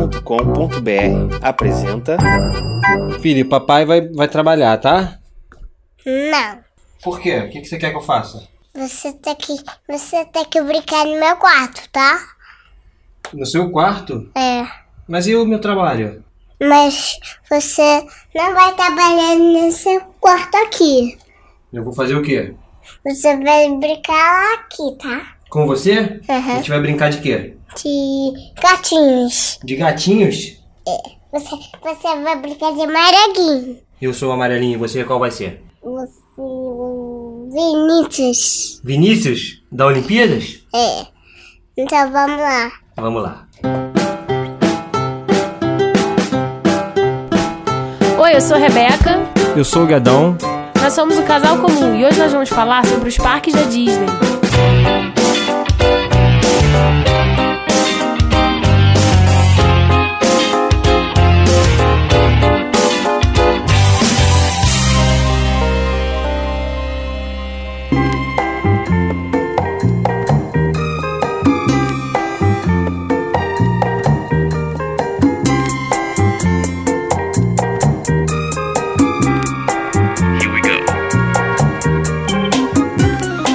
Saladacult.com.br apresenta. Filho, papai vai, vai trabalhar, tá? Não. Por quê? O que, que você quer que eu faça? Você tem que. Você tem que brincar no meu quarto, tá? No seu quarto? É. Mas e o meu trabalho? Mas você não vai trabalhar nesse quarto aqui. Eu vou fazer o quê? Você vai brincar lá aqui, tá? Com você? A Aham. gente vai brincar de quê? De gatinhos. De gatinhos? Você, você vai brincar de maraguinho. Eu sou o amarelinho e você qual vai ser? Você. o Vinícius. Vinícius? Da Olimpíadas? É. Então vamos lá. Vamos lá. Oi, eu sou a Rebeca, Eu sou o Gadão. nós somos o Casal Comum e hoje nós vamos falar sobre os parques da Disney.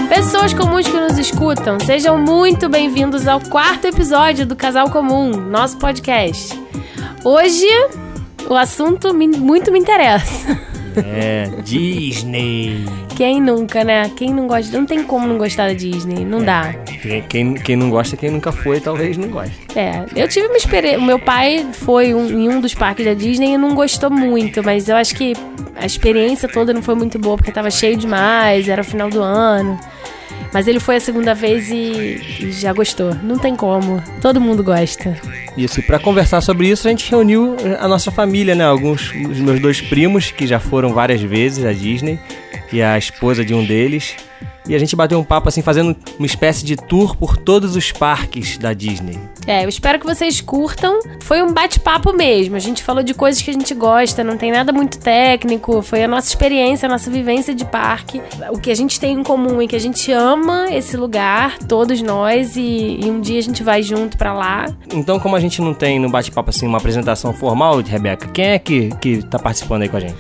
Pessoas comuns que nos escutam, sejam muito bem-vindos ao quarto episódio do Casal Comum, nosso podcast. Hoje o assunto me- muito me interessa. É, Disney. Quem nunca, né? Quem não gosta, não tem como não gostar da Disney, não dá. Quem, quem, quem não gosta, quem nunca foi, talvez não goste. É, eu tive uma experiência. Meu pai foi um- em um dos parques da Disney e não gostou muito, mas eu acho que a experiência toda não foi muito boa, porque tava cheio demais, era o final do ano. Mas ele foi a segunda vez e, e já gostou. Não tem como. Todo mundo gosta. Isso, e assim, pra conversar sobre isso, a gente reuniu a nossa família, né? Alguns os meus dois primos, que já foram várias vezes à Disney, e a esposa de um deles. E a gente bateu um papo assim, fazendo uma espécie de tour por todos os parques da Disney. É, eu espero que vocês curtam. Foi um bate-papo mesmo. A gente falou de coisas que a gente gosta, não tem nada muito técnico. Foi a nossa experiência, a nossa vivência de parque. O que a gente tem em comum é que a gente ama esse lugar, todos nós, e, e um dia a gente vai junto pra lá. Então, como a gente não tem no bate-papo assim uma apresentação formal, Rebeca, quem é que, que tá participando aí com a gente?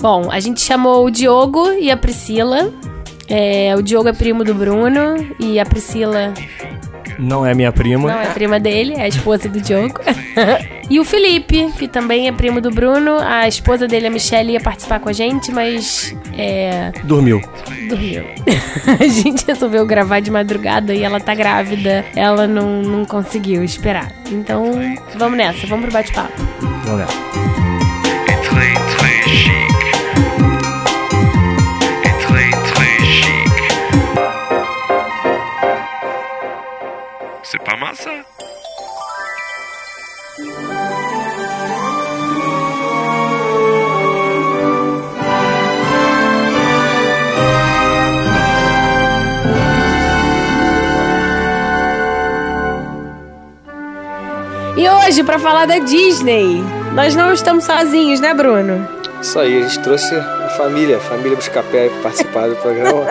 Bom, a gente chamou o Diogo e a Priscila. É, o Diogo é primo do Bruno e a Priscila Não é minha prima. Não, é prima dele, é a esposa do Diogo. e o Felipe, que também é primo do Bruno. A esposa dele, a Michelle, ia participar com a gente, mas é, Dormiu. dormiu. a gente resolveu gravar de madrugada e ela tá grávida. Ela não, não conseguiu esperar. Então, vamos nessa, vamos pro bate-papo. Vamos lá. C'est pas mal ça E hoje, pra falar da Disney, nós não estamos sozinhos, né, Bruno? Isso aí, a gente trouxe a família, a família Buscapé para participar do programa.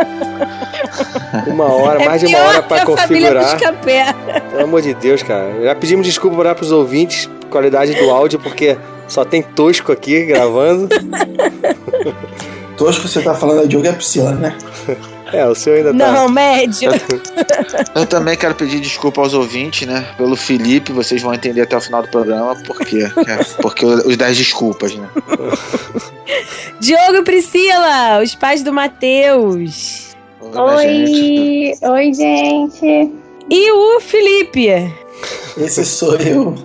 Uma hora, É mais de uma hora para configurar. Pelo amor de Deus, cara. Já pedimos desculpa para os ouvintes, qualidade do áudio, porque só tem tosco aqui gravando. Tosco, você tá falando é Diogo e a Priscila, né? É, o seu ainda tá. médio. Eu também quero pedir desculpa aos ouvintes, né? Pelo Felipe, vocês vão entender até o final do programa por quê. É, porque os das desculpas, né? Diogo e Priscila, os pais do Matheus. gente. Oi, gente. E o Felipe. Esse sou eu.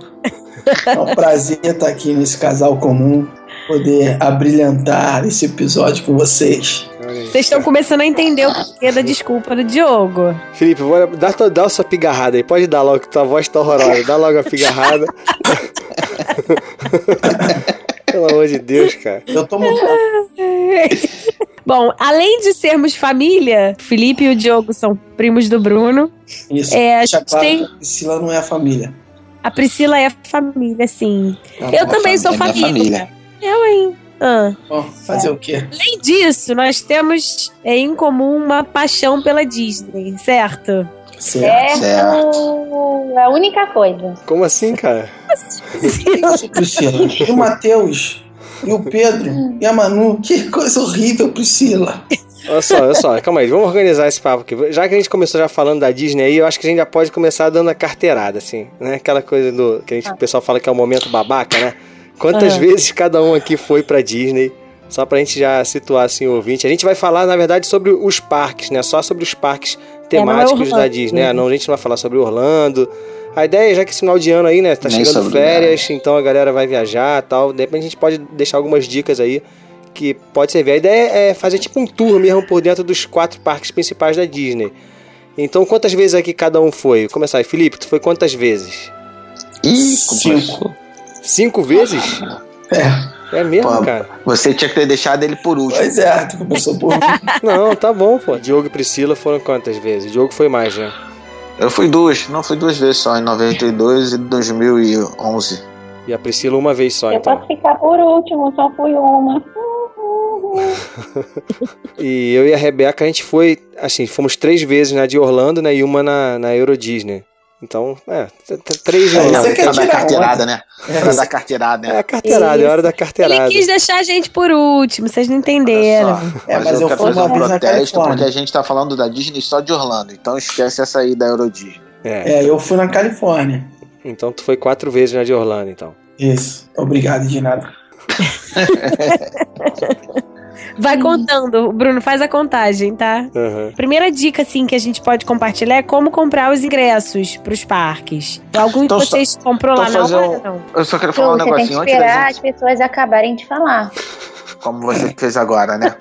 É um prazer estar aqui nesse casal comum, poder abrilhantar esse episódio com vocês. Vocês estão começando a entender o porquê da desculpa do Diogo. Felipe, bora, dá, tua- dá a sua pigarrada aí. Pode dar logo, que tua voz tá horrorosa. Dá logo a pigarrada. Pelo amor de Deus, cara. Eu tomo. Bom, além de sermos família, o Felipe e o Diogo são primos do Bruno. Isso. É, a Deixa gente claro que tem. a Priscila não é a família. A Priscila é família, sim. Tá Eu bom. também sou é minha família. família. Eu, hein? Ah. Bom, fazer o quê? Além disso, nós temos é, em comum uma paixão pela Disney, certo? Certo. Certo. É a única coisa. Como assim, cara? Priscila. É. E o Matheus? E o Pedro? E a Manu? Que coisa horrível, Priscila. Olha só, olha só, calma aí, vamos organizar esse papo aqui. Já que a gente começou já falando da Disney aí, eu acho que a gente já pode começar dando a carteirada, assim, né? Aquela coisa do que a gente, o pessoal fala que é o momento babaca, né? Quantas Ah. vezes cada um aqui foi pra Disney? Só pra gente já situar assim o ouvinte. A gente vai falar, na verdade, sobre os parques, né? Só sobre os parques É, não é temáticos da Orlando. Disney. né? Não, a gente não vai falar sobre Orlando. A ideia é já que esse final de ano aí, né? Tá Nem chegando sobre férias, então a galera vai viajar tal. De repente a gente pode deixar algumas dicas aí que pode servir. A ideia é fazer tipo um tour mesmo por dentro dos quatro parques principais da Disney. Então, quantas vezes aqui cada um foi? Vou Começar aí, Felipe, tu foi quantas vezes? Ih, Cinco. Cinco vezes? É, É mesmo, Pô, cara? Você tinha que ter deixado ele por último. pois é, tu começou por mim. Não, tá bom, pô. Diogo e Priscila foram quantas vezes? Diogo foi mais, né? Eu fui duas, não fui duas vezes só, em 92 e 2011. E a Priscila uma vez só, Eu então. posso ficar por último, só fui uma. E eu e a Rebeca, a gente foi, assim, fomos três vezes na de Orlando, né? E uma na, na Euro Disney. Então, é, t- t- três É, não. você Não, quer pra dar tirar carteirada, né? É, Pra dar carteirada, É né? a carteirada, é a hora da carteirada. Ele quis deixar a gente por último, vocês não entenderam. Olha só, É, mas, mas eu, eu quero fui fazer uma um vez na protesto Califórnia. porque a gente tá falando da Disney só de Orlando, então esquece essa aí da Euro Disney. É, é, eu fui na Califórnia. então tu foi quatro vezes na de Orlando, então. Isso. Obrigado de nada. Vai contando, Bruno, faz a contagem, tá? Aham. Primeira dica, assim, que a gente pode compartilhar é como comprar os ingressos pros parques. Algum Então, de vocês comprou lá então na fazer hora, um- não? Eu só quero falar Então, um você tem que negocinho antes da esperar gente as pessoas acabarem de falar. como você fez agora, né?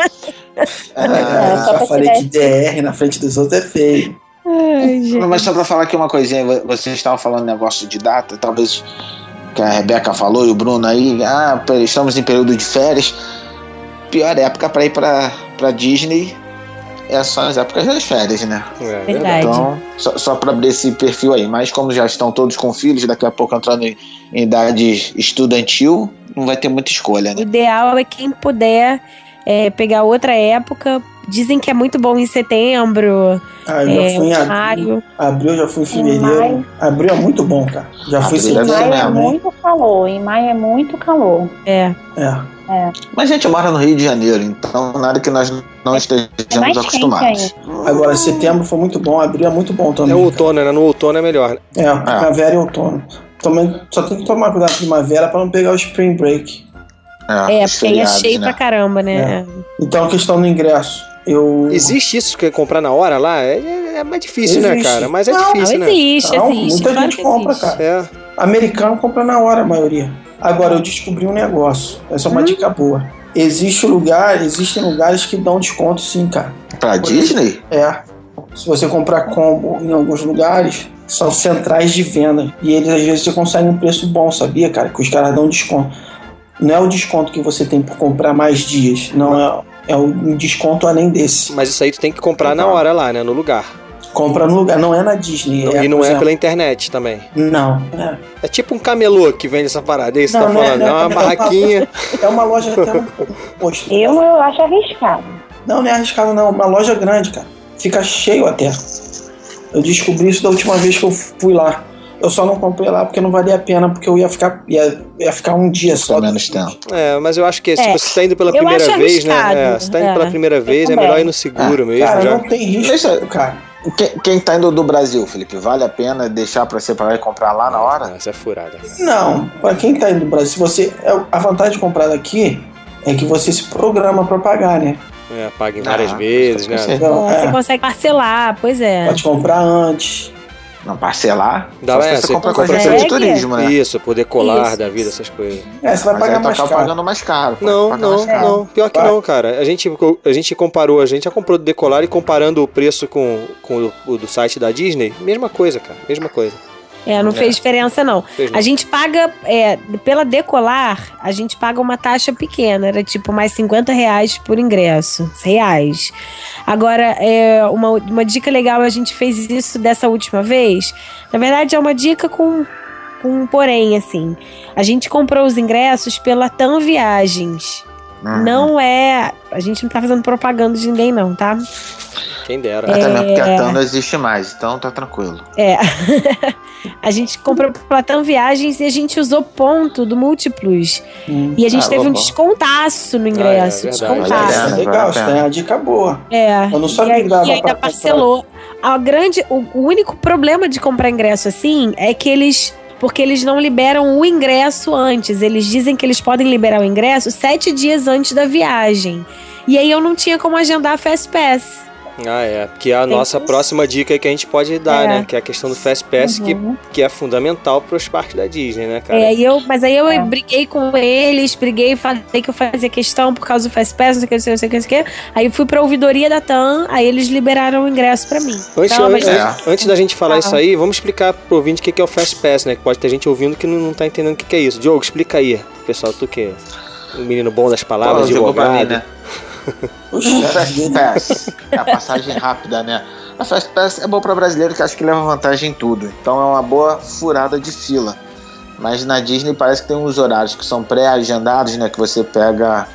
É, Ah, só já pra falei tirar que DR na frente dos outros é feio. Ai, gente. mas só pra falar aqui uma coisinha, vo- vocês estavam falando negócio de data, talvez que a Rebeca falou e o Bruno aí, ah, pe- estamos em período de férias. Pior época pra ir pra, pra Disney é só nas épocas das férias, né? É, Verdade. Então, só, só para abrir esse perfil aí. Mas como já estão todos com filhos, daqui a pouco entrando em, em idade estudantil, não vai ter muita escolha, O né? ideal é quem puder é, pegar outra época. Dizem que é muito bom em setembro, Ah, eu já é, fui em abril. maio. Abril, já fui em fevereiro. maio. Abril é muito bom, cara. Já fui Abril deve em Em ser maio setembro é mesmo, também. muito calor, em maio é muito calor. É. É. Mas a gente mora no Rio de Janeiro, então nada que nós não É mais estejamos acostumados. quente Agora, setembro foi muito bom, abril é muito bom É também. o outono, né? No outono é melhor. É, Ah. primavera e outono. Também só tem que tomar cuidado com a primavera pra não pegar o spring break. É, os porque aí é feriados, cheio né? pra caramba, né? Então, a questão do ingresso. Eu. Existe isso que comprar na hora lá? É, é- é mais difícil, né, Existe. cara? Mas é Não, difícil, né? existe, Não, existe. muita claro gente que compra, existe. cara. É. Americano compra na hora, a maioria. Agora, eu descobri um negócio. Essa Hum? é uma dica boa. Existe lugar, existem lugares que dão desconto sim, cara. Pra Disney? É. Se você comprar combo em alguns lugares, são centrais de venda. E eles às vezes você consegue um preço bom, sabia, cara? Que os caras dão desconto. Não é o desconto que você tem por comprar mais dias. Não é, é um desconto além desse. Mas isso aí tu tem que comprar Então. na hora lá, né? No lugar. Compra no lugar, não é na Disney. e não por é exemplo, pela internet também. Não. É. É tipo um camelô que vende essa parada aí, você Não, tá não é- falando. não É, é uma camelô. barraquinha. É uma loja até um posto. Eu, eu acho arriscado. Não, não é arriscado, não. Uma loja grande, cara. Fica cheio até. Eu descobri isso da última vez que eu fui lá. Eu só não comprei lá porque não valia a pena, porque eu ia ficar, ia, ia ficar um dia só. Pelo menos tempo. É, mas eu acho que se É. você tá indo pela Eu primeira acho vez, arriscado, né? É, você tá indo é. pela primeira vez, é também. melhor ir no seguro mesmo. Cara, já. não tem risco, Deixa- cara. Quem, quem tá indo do Brasil, Felipe, vale a pena deixar pra separar e comprar lá tá na hora? Não, Essa é furada. Não, pra quem tá indo do Brasil, se você. é, A vantagem de comprar daqui é que você se programa pra pagar, né? É, paga em várias Ah, vezes, né? você- Então, Você é, consegue parcelar, pois é. pode comprar antes. Não, parcelar? Dá Só é, se você você comprar com a compra- agência de consegue. turismo, né? Isso, poder colar Isso. da vida, essas coisas. É, você Mas aí tá vai pagar tu mais acaba caro. pagando mais caro. pô. Não, Paga não, mais caro. Hum. não. Pior que Vai. não, cara. A gente, a gente comparou, a gente já comprou do Decolar e comparando o preço com, com o do site da Disney, mesma coisa, cara. Mesma coisa. É, não fez diferença, não. Fez A gente paga, é, pela decolar, a gente paga uma taxa pequena, era tipo mais 50 reais por ingresso. Reais. Agora, é, uma, uma dica legal, a gente fez isso dessa última vez. Na verdade, é uma dica com, com um porém, assim. A gente comprou os ingressos pela TAM Viagens. Uhum. Não é. A gente não tá fazendo propaganda de ninguém, não, tá? Quem dera. Até mesmo porque a TAM não existe mais, então tá tranquilo. É. a gente comprou Platão Viagens e a gente usou ponto do Múltiplos. Hum. E a gente Ah, teve um bom. descontaço no ingresso. Ah, é verdade. Vale a descontaço. pena. Legal, isso é uma dica boa. É. Eu não E, sabia aí- que dava e ainda pra- parcelou. A grande, o, o único problema de comprar ingresso assim é que eles. Porque eles não liberam o ingresso antes. Eles dizem que eles podem liberar o ingresso sete dias antes da viagem. E aí eu não tinha como agendar a Fast Pass. Ah, é. Que é a Tem nossa que- próxima dica aí que a gente pode dar, É. né? Que é a questão do Fast Pass, Uhum. que, que é fundamental para os parques da Disney, né, cara? É, e eu, mas aí eu É. briguei com eles, briguei, falei que eu fazia questão por causa do Fast Pass, não sei o que, não sei o que, não sei o que. Aí fui pra ouvidoria da TAM, aí eles liberaram o ingresso pra mim. Antes, Então, antes, mas- É. antes da gente falar Ah. isso aí, vamos explicar pro ouvinte o que que é o Fast Pass, né? Que pode ter gente ouvindo que não, não tá entendendo o que que é isso. Diogo, explica aí. Pessoal, tu que é um menino bom das palavras, Pô, jogou pra mim, advogado. né? Oxe, Fast Pass. É a passagem rápida, né? A Fast Pass é boa pra brasileiro que acha que leva vantagem em tudo. Então é uma boa furada de fila. Mas na Disney parece que tem uns horários que são pré-agendados, né? Que você pega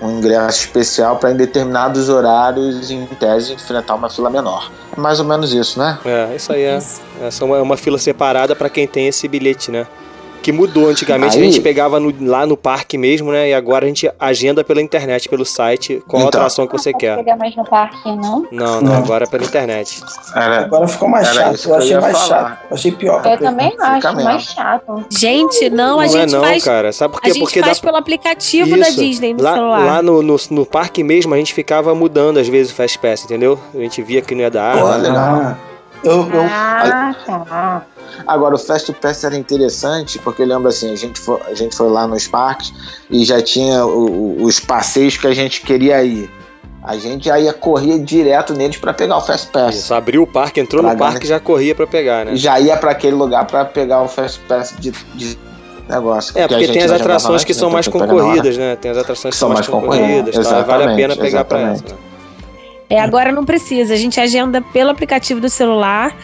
um ingresso especial pra em determinados horários, em tese, enfrentar uma fila menor. É mais ou menos isso, né? É, isso aí é, é só uma, é uma fila separada para quem tem esse bilhete, né? Que mudou antigamente, a Aí- gente pegava no- lá no parque mesmo, né? E agora a gente agenda pela internet, pelo site, qual Então. atração que você Não quer. Pegar mais no parque, não? Não, não, Não. agora é pela internet. Era, Agora ficou mais Era isso chato. que Eu eu achei ia mais falar. chato. Eu achei pior. Eu também Ah, Fica acho mesmo. mais chato. Gente, não, a não é gente não, faz. cara. Sabe por A quê? gente Porque dá faz pelo aplicativo da Isso. Disney no lá, celular. Lá no, no, no parque mesmo, a gente ficava mudando às vezes o Fast Pass, entendeu? A gente via que não ia dar. Olha. Ah, eu, eu, Ah, tá. Agora, o Fast Pass era interessante, porque eu lembro assim, a gente foi, a gente foi lá nos parques e já tinha o- o- os passeios que a gente queria ir. A gente já ia correr direto neles pra pegar o Fast Pass. Isso, abriu o parque, entrou no Pra parque e já corria pra pegar, né? Já ia pra aquele lugar pra pegar o Fast Pass de, de negócio. É, que a porque gente tem as já jogava atrações que antes, né, são pra mais pegar na hora. concorridas, né? Tem as atrações que são mais concorridas, concorridas, tá? vale a pena exatamente, pegar pra essa. exatamente. Né? É, agora não precisa. A gente agenda pelo aplicativo do celular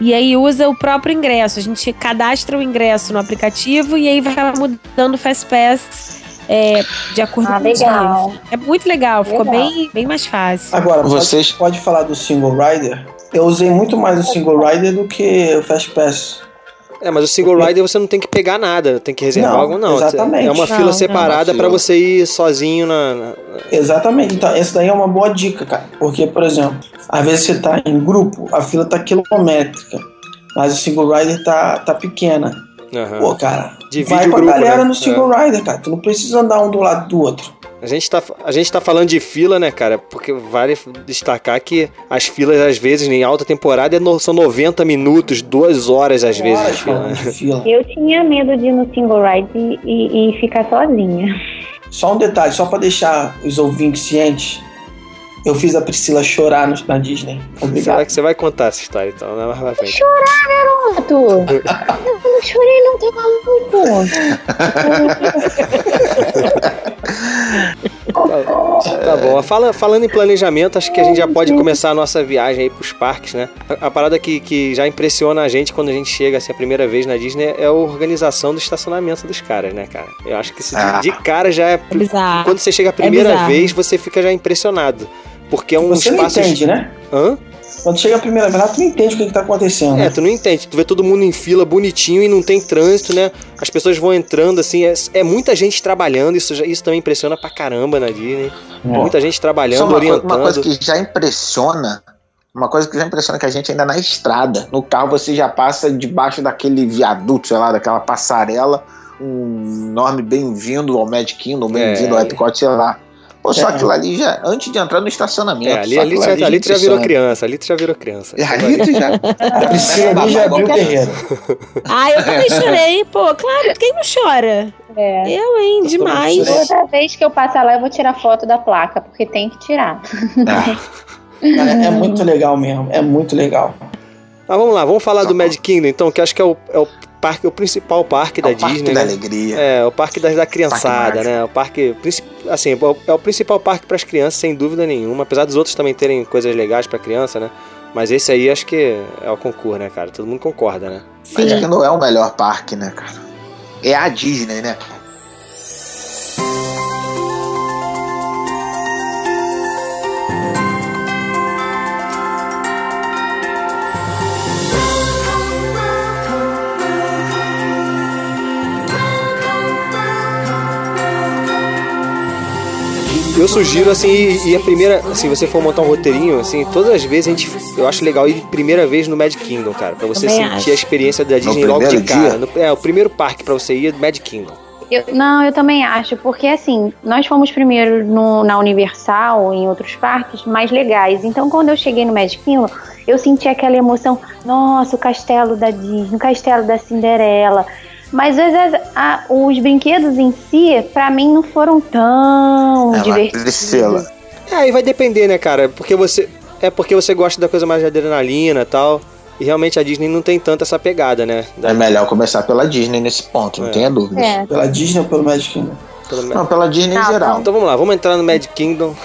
e aí usa o próprio ingresso. A gente cadastra o ingresso no aplicativo e aí vai mudando o Fast Pass é, de acordo Ah, com o dia. legal. É muito legal, ficou Legal. bem, bem mais fácil. Agora, Vocês- pode, pode falar do single rider? Eu usei muito mais o single rider do que o fast pass. É, mas o single rider você não tem que pegar nada, tem que reservar Não, algo, não. exatamente. É uma Não, fila não. separada pra você ir sozinho na. na- Exatamente. Então, essa daí é uma boa dica, cara. Porque, por exemplo, às vezes você tá em grupo, a fila tá quilométrica, mas o single rider tá, tá pequena. Aham. Pô, cara, É. Divide vai o com a grupo, galera né? no single rider, cara. Tu não precisa andar um do lado do outro. A gente, tá, a gente tá falando de fila, né, cara? Porque vale destacar que as filas, às vezes, em alta temporada, é no- são 90 minutos, duas horas, às vezes, de Horas fila, falando né? de fila. Eu tinha medo de ir no single ride e, e- e ficar sozinha. Só um detalhe, só pra deixar os ouvintes cientes. Eu fiz a Priscila chorar no- na Disney. Será Obrigado. que você vai contar essa história, então, né? Mais pra frente. Garoto! Eu não chorei, não, tá maluco? Tá bom. Fala, falando em planejamento, acho que a gente já pode começar a nossa viagem aí pros parques, né? A, a parada que, que já impressiona a gente quando a gente chega assim a primeira vez na Disney é a organização do estacionamento dos caras, né, cara? Eu acho que isso de- Ah. de cara já é. É bizarro. É Quando você chega a primeira bizarro. vez, você fica já impressionado. Porque é um Você não espaço. entende, né? Hã? Quando chega a primeira vez lá, tu não entende o que, que tá acontecendo. É, né? tu não entende. Tu vê todo mundo em fila bonitinho e não tem trânsito, né? As pessoas vão entrando, assim. É, é muita gente trabalhando. Isso, já- isso também impressiona pra caramba na Disney. Muita gente É. Só trabalhando, uma, coisa, orientando. uma coisa que já impressiona. Uma coisa que já impressiona é que a gente ainda na estrada. No carro você já passa debaixo daquele viaduto, sei lá, daquela passarela. Um enorme bem-vindo ao Magic Kingdom, bem-vindo É. ao Epcot, sei lá. Pô, só É. aquilo ali já, antes de entrar no estacionamento. É, ali, só ali, aquilo já, ali tu já virou impressiona. criança, ali tu já virou criança. É, né? Ali tu já. A Priscila ali já abriu o terreiro. Ah, eu também chorei, pô. Claro, quem não chora? É. Eu, hein? Demais. chorando. Toda vez que eu passar lá, eu vou tirar foto da placa, porque tem que tirar. É Ah, Cara, é muito legal mesmo. É muito legal. Mas vamos lá, vamos falar do Mad Kingdom então, que eu acho que é o, é o parque, o principal parque é da o parque Disney, da né? alegria. É, o parque da, da criançada, mágico. né? O parque, princi- assim, é o- é o principal parque para as crianças, sem dúvida nenhuma, apesar dos outros também terem coisas legais para criança, né? Mas esse aí acho que é o concurso, né, cara? Todo mundo concorda, né? Mas acho que não é o melhor parque, né, cara? É a Disney, né? Eu sugiro, assim, e, e a primeira, assim, você for montar um roteirinho, assim, todas as vezes a gente, eu acho legal ir primeira vez no Magic Kingdom, cara, pra você Também sentir acho. a experiência da Disney logo de primeiro cara. dia? No- é, o primeiro parque pra você ir é do Magic Kingdom. Eu- não, eu também acho, porque assim, nós fomos primeiro no- na Universal, em outros parques mais legais. Então, quando eu cheguei no Magic Kingdom, eu senti aquela emoção, nossa, o castelo da Disney, o castelo da Cinderela. Mas às vezes a- os brinquedos em si, pra mim, não foram tão Ela, divertidos. Priscila. É, aí vai depender, né, cara? Porque você. É porque você gosta da coisa mais de adrenalina e tal. E realmente a Disney não tem tanto essa pegada, né? É melhor começar pela Disney nesse ponto, não É. tenha dúvidas. É. Pela Disney ou pelo Magic Kingdom? Pelo menos. Não, pela Disney em Não, geral. Então vamos lá, vamos entrar no Magic Kingdom.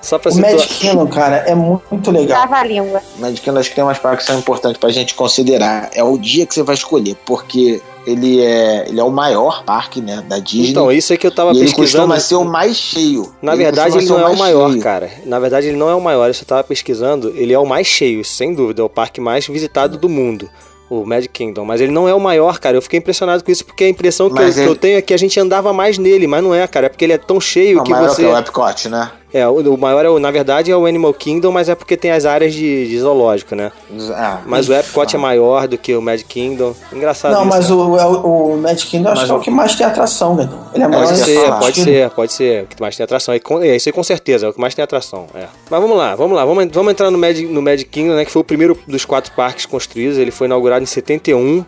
Só pra O situar. Magic Kingdom, cara, é mu- muito legal. Trava a língua. Magic Kingdom acho que tem umas partes que são importantes pra gente considerar. É o dia que você vai escolher, porque ele é, ele é o maior parque, né, da Disney. Então, isso é que eu tava e ele pesquisando. costuma ser o mais cheio. Na verdade, ele costuma não ser é o mais maior, cheio. cara. Na verdade, ele não é o maior. Isso eu tava pesquisando. Ele é o mais cheio, sem dúvida. É o parque mais visitado do mundo. O Magic Kingdom. Mas ele não é o maior, cara. Eu fiquei impressionado com isso, porque a impressão que eu, Mas que ele- eu tenho é que a gente andava mais nele, mas não é, cara. É porque ele é tão cheio Não, que maior você. que o Epcot, né? É, o, o maior, é o, na verdade, é o Animal Kingdom, mas é porque tem as áreas de, de zoológico, né? Ah, Mas o Epcot é maior do que o Magic Kingdom. Engraçado Não, isso, mas né? o, é o, o Magic Kingdom acho Mas que é o- o que mais tem atração, Gandão. Ele é maior Pode Olha, que ser, o falar. Magic pode Kingdom. ser, pode ser. O que mais tem atração. E com- É, isso aí com certeza, é o que mais tem atração. é. Mas vamos lá, vamos lá, vamos, en- vamos entrar no Magic, no Magic Kingdom, né? Que foi o primeiro dos quatro parques construídos. Ele foi inaugurado em 71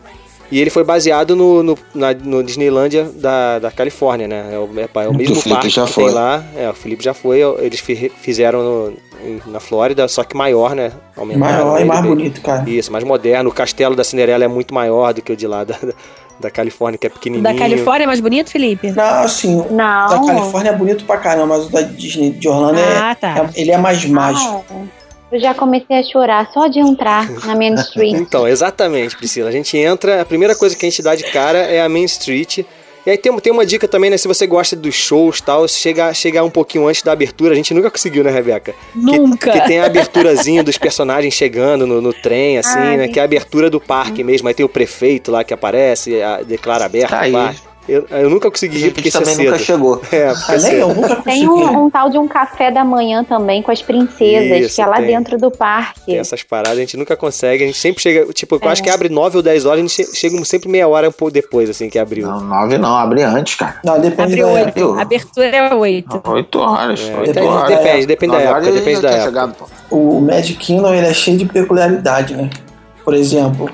e ele foi baseado no, no, na- no Disneylandia da, da Califórnia, né? É o, é, é o Que mesmo o Felipe parque já que foi. tem lá. É, o Felipe já foi, eles fi- fizeram no- em- na Flórida, só que maior, né? Aumentaram é Maior e ele mais bem. bonito, né? cara. Isso, mais moderno. O castelo da Cinderela é muito maior do que o de lá da, da- da Califórnia, que é pequenininho. Da Califórnia é mais bonito, Felipe? Não, assim, o da Não. Califórnia é bonito pra caramba, mas o da Disney de Orlando é, Ah, tá. é- ele é mais mágico. Ah, eu já comecei a chorar só de entrar na Main Street. Então, exatamente, Priscila. A gente entra, a primeira coisa que a gente dá de cara é a Main Street. E aí tem, tem uma dica também, né? Se você gosta dos shows e tal, chegar chega um pouquinho antes da abertura, a gente nunca conseguiu, né, Rebeca? Que- Nunca. Que, tem a aberturazinha dos personagens chegando no, no trem, assim, Ai. né? Que é a abertura do parque mesmo. Aí tem o prefeito lá que aparece, a- declara aberto Tá o aí. parque. Eu, eu nunca consegui A ir porque gente isso é também cedo. nunca chegou. É, porque é Ah, nem cedo. eu nunca Tem consegui. um, um tal de um café da manhã também com as princesas, Isso, que é lá tem. dentro do Tem parque. essas paradas, a gente nunca consegue. A gente sempre chega, tipo, eu É. acho que abre 9 ou 10 horas, a gente che- chega sempre meia hora um pouco depois, assim, que abriu. Não, nove não, abre antes, cara. Não, depende Abre da oito. Eu- Abertura é oito. Oito horas, É, oito depende- horas. depende- depende da Nove época, horas depende já da tinha época. chegado, pô. O Magic Kingdom ele é cheio de peculiaridade, né? Por exemplo,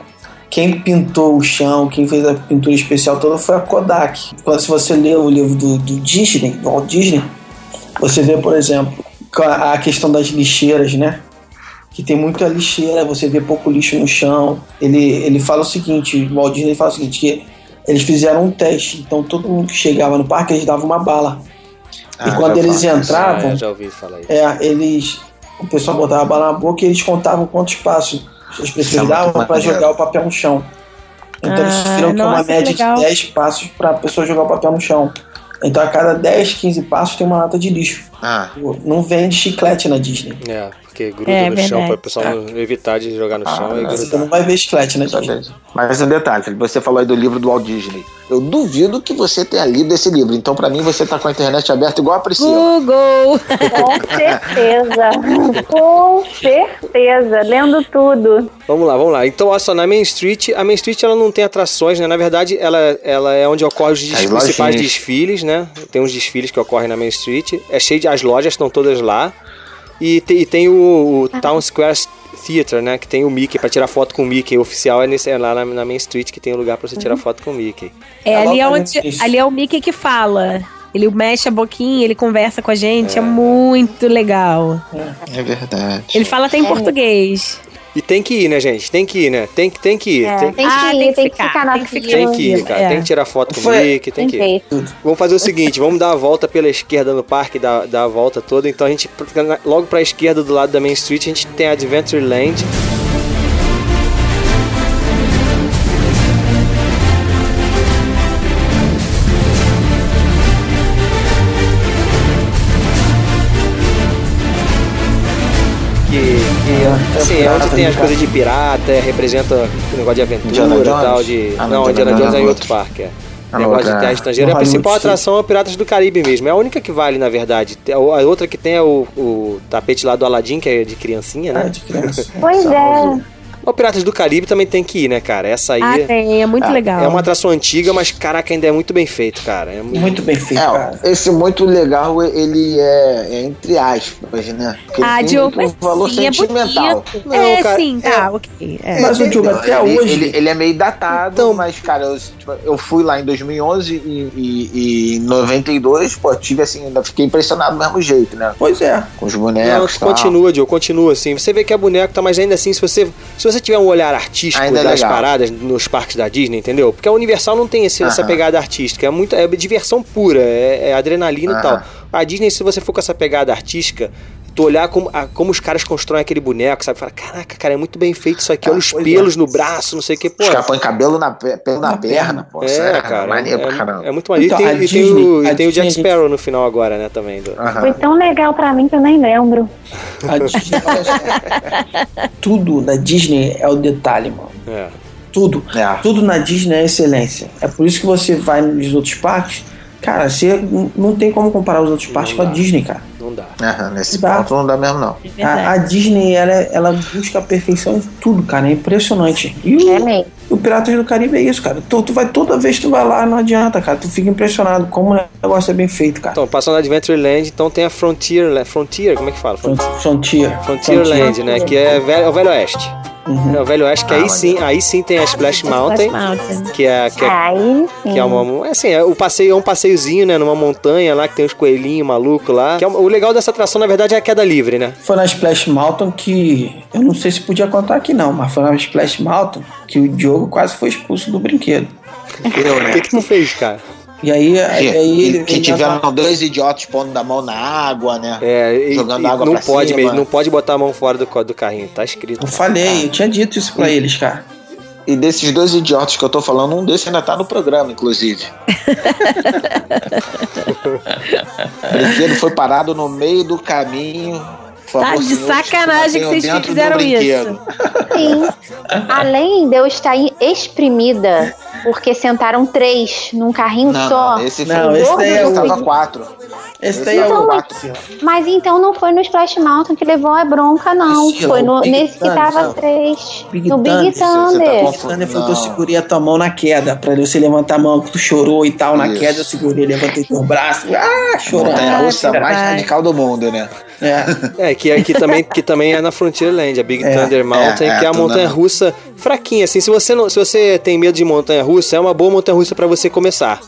quem pintou o chão, quem fez a pintura especial toda foi a Kodak. Então, se você lê o livro do, do Disney, do Walt Disney, você vê, por exemplo, a a questão das lixeiras, né? Que tem muita lixeira, você vê pouco lixo no chão. Ele, ele fala o seguinte, o Walt Disney fala o seguinte, que eles fizeram um teste, então todo mundo que chegava no parque, eles davam uma bala. Ah, e quando já eles falo. entravam, Ah, eu já ouvi falar isso. é, eles. O pessoal botava a bala na boca e eles contavam quantos passos as Isso é pessoas muito davam pra maneiro. jogar o papel no chão. Então eles Ah, viram que é uma nossa, que média legal. de 10 passos pra pessoa jogar o papel no chão. Então a cada 10, 15 passos tem uma lata de lixo. Ah, Não vende chiclete na Disney. É, porque gruda É, no chão, verdade. para o pessoal não evitar de jogar no Tá. Ah, chão e é. Você não grudar. vai ver chiclete na só Disney. dez. Mas um detalhe, Felipe, você falou aí do livro do Walt Disney. Eu duvido que você tenha lido esse livro. Então, pra mim, você tá com a internet aberta igual a Priscila. Google. Com certeza. Com certeza. Lendo tudo. Vamos lá, vamos lá. Então, olha só, na Main Street, a Main Street ela não tem atrações, né? Na verdade, ela, ela é onde ocorrem os des- As principais lojinhas. desfiles, né? Tem uns desfiles que ocorrem na Main Street. É cheio de. As lojas estão todas lá. E, te- e tem o, o Town Square Theater, né? Que tem o Mickey, pra tirar foto com o Mickey. O oficial é, nesse, é lá na, na Main Street que tem o lugar pra você tirar foto com o Mickey. É, Tá ali é, logo onde, antes. ali é o Mickey que fala. Ele mexe a boquinha, ele conversa com a gente, é, muito legal. É verdade. Ele fala até em português. E tem que ir, né, gente? Tem que ir, né? Tem, que- tem que ir. É, Tem, Tem que Ah, ir, tem que ficar na tem que ficar fila. tem que ir, cara. É. Tem que tirar foto com o Foi- Mickey, tem que ir. jeito. Vamos fazer o seguinte, vamos dar a volta pela esquerda no parque, dar, dar a volta toda. Então a gente, logo pra esquerda do lado da Main Street, a gente tem a Adventureland. Que, que, assim, é onde tem as coisas de pirata, é, representa o negócio de aventura Indiana e tal. Jones? De, Ah, não, não, Indiana Indiana Jones Jones é em outro é outro. parque. é. A negócio de outra- terra estrangeira. A Hollywood principal Studios. atração é o Piratas do Caribe mesmo. É a única que vale, na verdade. A outra que tem é o, o tapete lá do Aladdin, que é de criancinha, né? É, de criança. Pois é. O Piratas do Caribe também tem que ir, né, cara? Essa aí Ah, tem, é muito Ah, legal. é uma atração antiga, mas caraca, ainda é muito bem feito, cara. É muito... Muito bem feito, É, ó, cara. esse muito legal, ele é, é entre aspas, né? Porque ele Ah, tem Diogo, muito mas valor sim, é sentimental. bonito. Não, é, cara, sim, tá, ok. é. Mas o Diogo, Não, até ele, hoje. Ele, ele é meio datado, Então- mas, cara, eu, tipo, eu fui lá em 2011 e, e, e em 92, pô, tive assim, ainda fiquei impressionado do mesmo jeito, né? Pois é. Com os Não, bonecos. e tal. continua, Diogo, continua assim. Você vê que é boneco, tá, mas ainda assim, se você, se você tiver um olhar artístico Ainda é das legal. paradas nos parques da Disney, entendeu? Porque a Universal não tem esse- essa Aham. pegada artística, é muito é diversão pura, é, é adrenalina e tal. Aham. A Disney, se você for com essa pegada artística, tu olhar como, a- como os caras constroem aquele boneco, sabe? Fala, caraca, cara, é muito bem feito isso aqui, Ah, olha os pois pelos é. no braço, não sei o que, pô. Os caras põem cabelo na, pe- pelo na, Na perna, perna. pô. isso É, cara, Maneiro é, pra caramba. é muito maneiro. Então, e a tem, e tem Disney- o, e a tem o Jack Disney, a gente- Sparrow no final agora, né, também. do- Aham. Foi tão legal pra mim que eu nem lembro. A Disney, olha só. Tudo na Disney é o detalhe, mano. É. Tudo. É. Tudo na Disney é excelência. É por isso que você vai nos outros parques. Cara, você n- não tem como comparar os outros parques com a dá. Disney, cara. Não dá. Aham, nesse Dá. ponto não dá mesmo, não. A, a Disney, ela, ela busca a perfeição em tudo, cara. É impressionante. E o, É mesmo. o Piratas do Caribe é isso, cara. Tu, tu vai toda vez que tu vai lá, não adianta, cara. Tu fica impressionado como o negócio é bem feito, cara. Então, passando na Adventureland, então tem a Frontier, La- Frontier, como é que fala? Frontier. Front- Frontier. Frontierland, né? Que é velho, é o Velho Oeste. Uhum. É o Velho Oeste, que Ah, aí maneiro. sim, aí sim tem a Splash Mountain, que é, que é, Aí Ah, sim. que é uma. é Assim, é, o passeio é um passeiozinho, né? Numa montanha lá que tem uns coelhinhos malucos lá. Que é uma- o legal dessa atração, na verdade, é a queda livre, né? Foi na Splash Mountain que. Eu não sei se podia contar aqui não, mas foi na Splash Mountain que o Diogo quase foi expulso do brinquedo. Eu, O né? que, que tu fez, cara? E aí, aí, aí que, ele. que ele tiveram tava- dois idiotas pondo a mão na água, né? É, e, Jogando e água não pra pode cima. mesmo, não pode botar a mão fora do, co- do carrinho, tá escrito. Eu falei, eu tinha dito isso pra eles, cara. E desses dois idiotas que eu tô falando, um desses ainda tá no programa, inclusive. o brinquedo foi parado no meio do caminho. Por Tá favor, de senhores, sacanagem que mantenham vocês dentro do fizeram brinquedo. isso. Sim. Além de eu estar aí exprimida, porque sentaram três num Um carrinho Não, só. não, esse Não, foi esse daí é eu o- tava quatro. Esse Esse daí é não, o. quatro. Mas então não foi no Splash Mountain que levou a bronca, não. Priscila, foi no- o Big nesse que Thunder, tava não. três. Big no Big Thunder, você tá Thunder. confundindo. Ele falou que Não. eu é segurei a tua mão na queda, pra você levantar a mão, que tu chorou e tal. Na Isso. queda eu segurei, levantei teu braço. Ah, chorando. Montanha russa Caraca, mais vai. radical do mundo, né? É. É, que aqui também, que também é na Frontierland, a Big É, Thunder Mountain, é, é, que é a tudo montanha na- russa fraquinha, assim. Se você, não, se você tem medo de montanha russa, é uma boa montanha russa pra você começar.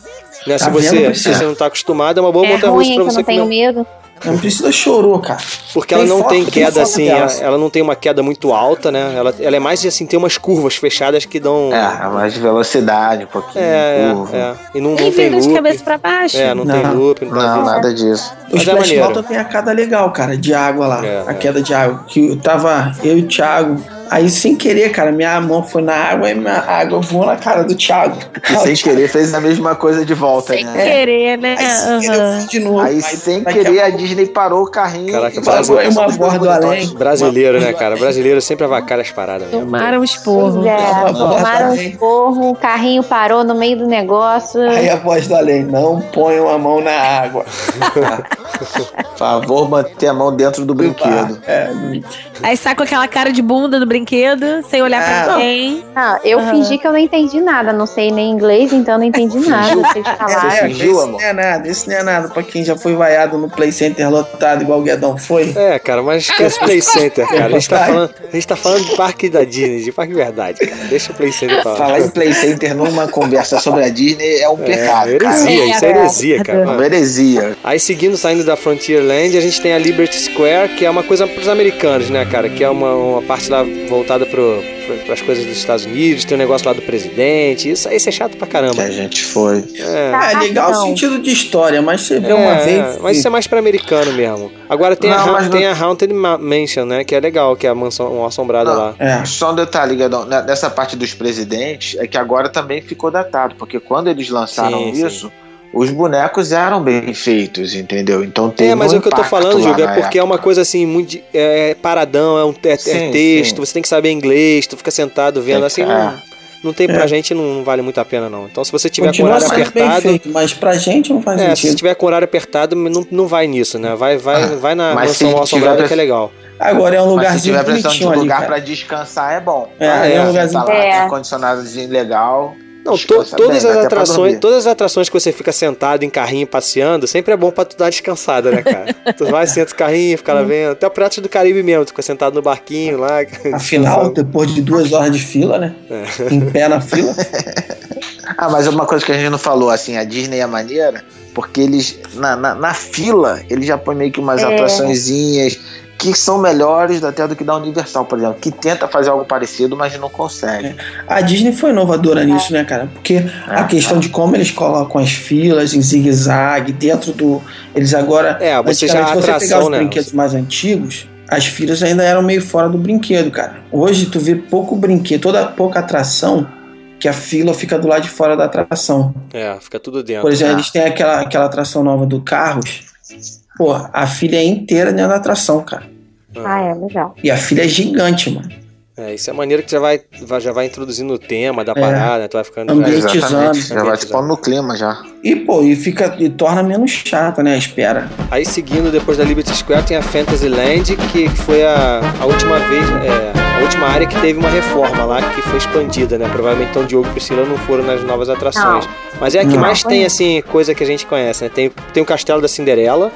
Né? se, Tá você, vendo? se você não tá acostumado, é uma boa É montanha russa pra ruim, que eu não você tenho começar. medo. Não precisa chorou, cara. Porque ela Tem não foto, tem tem queda, foto assim, dela. ela, ela não tem uma queda muito alta, né? Ela, ela é mais assim, tem umas curvas fechadas que dão. É, mais velocidade, um pouquinho. é, curva. é. E não, Tem não tem vira de loop. cabeça pra baixo. É, não, tem Não. loop, não, Não, tem nada disso. O Mas é Splash maneiro. Mountain tem a queda legal, cara, de água lá. É, a é. queda de água. Que eu tava eu e o Thiago. Aí, sem querer, cara, minha mão foi na água e minha água voou na cara do Thiago. E sem tipo, querer fez a mesma coisa de volta, Sem né? querer, né? Aí, sem querer, eu Aham. fui de novo. Aí, sem daqui a querer, a pouco, Disney parou o carrinho. Caraca, e parou largou uma essa dos borda dois além. bonitões. Brasileiro, né, cara? Brasileiro sempre avacalha as paradas. né? Tomaram um esporro. Pois é, Tá Tava lá tomaram um também. esporro, o carrinho parou no meio do negócio. Aí a voz do além, não ponham a mão na água. Por favor, manter a mão dentro do brinquedo. É, Aí sai com aquela cara de bunda do brinquedo, sem olhar pra Ah. ninguém. Ah, eu fingi que eu não entendi nada, não sei nem inglês, então não entendi nada. Vocês é, falaram. fingiu, esse amor? não é nada, esse não é nada. Pra quem já foi vaiado no Play Center lotado igual o Guedão foi. É, cara, mas esquece o Play Center, cara. A gente, tá falando, a gente tá falando de parque da Disney, de parque de verdade, cara. Deixa o Play Center pra lá. Falar em Play Center numa conversa sobre a Disney é um pecado, É, cara. heresia, isso é heresia, É uma cara. heresia. Aí seguindo, saindo da Frontierland, a gente tem a Liberty Square, que é uma coisa pros americanos, né, cara? Que é uma, uma parte lá voltada pro, pro, pras coisas dos Estados Unidos, tem um negócio lá do presidente. Isso, isso é chato pra Que caramba. a gente foi. É. Tá É legal o Ah, Não. sentido de história, mas você vê uma É, vez. mas isso é mais pra americano mesmo. Agora tem, a, Não, Haun- mas não- tem a Haunted Ma- Mansion, né? Que é legal, que é a mansão assombrada Não. lá. É. Só um detalhe, Gadão, ne- nessa parte dos presidentes, é que agora também ficou datado, porque quando eles lançaram Sim, sim. isso, os bonecos eram bem feitos, entendeu? Então tem É, mas um o que eu tô impacto falando, lá Júlio, na é porque é uma época. coisa assim, muito. de- É, é paradão, é um te- é Sim, texto, sim. você tem que saber inglês, tu fica sentado vendo, Tem assim. que- é. não- não tem pra É. gente, não, não vale muito a pena, não. Então, se você tiver com Continua horário sendo bem apertado. feito, mas pra gente não faz É, se sentido. tiver com horário apertado, não, não vai nisso, né? Vai, vai, Ah, vai na mas se mansão tiver assombrada pra- que é legal. Agora é um Mas se lugarzinho tiver precisando de bonitinho um ali, lugar cara. pra descansar, é bom. É, é um lugarzinho- Tá lá, É. ar-condicionado legal. Não, to- descansa todas bem, as até pra atrações, dormir. todas as atrações que você fica sentado em carrinho passeando, sempre é bom pra tu dar descansada, né, cara? tu vai, senta o carrinho, fica lá vendo. Até o Piratas do Caribe mesmo, tu fica sentado no barquinho lá. Afinal, depois de duas horas de fila, né? Em pé na fila. Ah, mas uma coisa que a gente não falou, assim, a Disney é maneira, porque eles, na, na, na fila, eles já põem meio que umas É. atraçõezinhas que são melhores até do que da Universal, por exemplo, que tenta fazer algo parecido, mas não consegue. A Disney foi inovadora nisso, né, cara? Porque a questão de como eles colocam as filas em zigue-zague dentro do. Eles agora. É, você já antigamente, a você pegar atração, os né? brinquedos mais antigos, as filas ainda eram meio fora do brinquedo, cara. Hoje tu vê pouco brinquedo, toda pouca atração, que a fila fica do lado de fora da atração. É, fica tudo Por dentro. exemplo, eles têm aquela, aquela atração nova do Carros. Pô, a filha é inteira dentro da atração, cara. Ah, é, legal. E a filha é gigante, mano. É, isso é maneiro que já vai, vai- já vai introduzindo o tema da É. parada, né? Tu vai ficando. já- Ambiente. Ambientizando. Já vai se pondo no clima já. E, pô, e fica. E torna menos chata, né? A espera. Aí seguindo depois da Liberty Square tem a Fantasyland, que foi a, a última vez, é, a última área que teve uma reforma lá, que foi expandida, né? Provavelmente então Diogo e Priscila não foram nas novas atrações. Mas é a que Não. mais tem, assim, coisa que a gente conhece, né? Tem, tem o Castelo da Cinderela,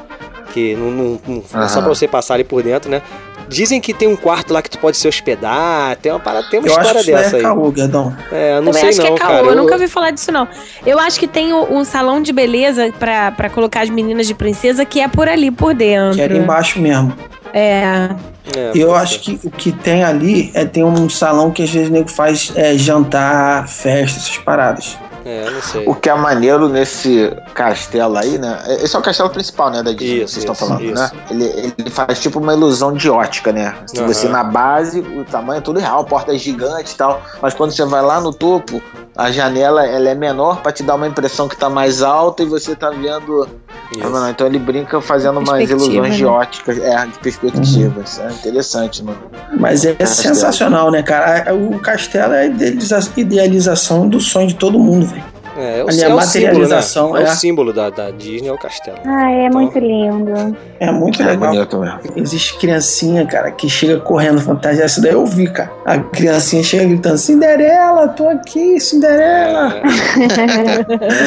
que não, não- não- é só Aham. pra você passar ali por dentro, né? Dizem que tem um quarto lá que tu pode se hospedar, tem uma, parada, tem uma Eu acho que história isso daí dessa é aí. caô, Guedão. É, eu não Também sei acho não, que é caô, cara. eu nunca vi falar disso, não. Eu acho que tem o- um salão de beleza pra, pra colocar as meninas de princesa que é por ali, por dentro. Que era embaixo mesmo. É. É, eu pode acho ser. que o que tem ali é tem um salão que às vezes o nego faz é, jantar, festa, essas paradas. É, eu não sei. O que é maneiro nesse castelo aí, né? Esse é o castelo principal, né, da Disney, Isso, vocês estão isso, falando, isso. né? Ele, ele faz tipo uma ilusão de ótica, né? Se Aham. você na base, o tamanho é tudo real, porta é gigante e tal, mas quando você vai lá no topo, a janela ela é menor pra te dar uma impressão que tá mais alta e você tá vendo. Isso. Ah, não, então ele brinca fazendo umas Perspectiva, ilusões de né? Uhum. óticas, é, de perspectivas. É interessante, mano. Mas é Castelo. sensacional, né, cara? A- O castelo é a idealiza- idealização do sonho de todo mundo, velho. É, é o, Ali, a é o símbolo, né? materialização, É o é. símbolo da, da Disney, é o castelo. Ah, é Então. muito lindo. É muito É legal. bonito mesmo. Existe criancinha, cara, que chega correndo fantasia. Isso daí eu vi, cara. A criancinha chega gritando: Cinderela, tô aqui, Ah. Cinderela. É,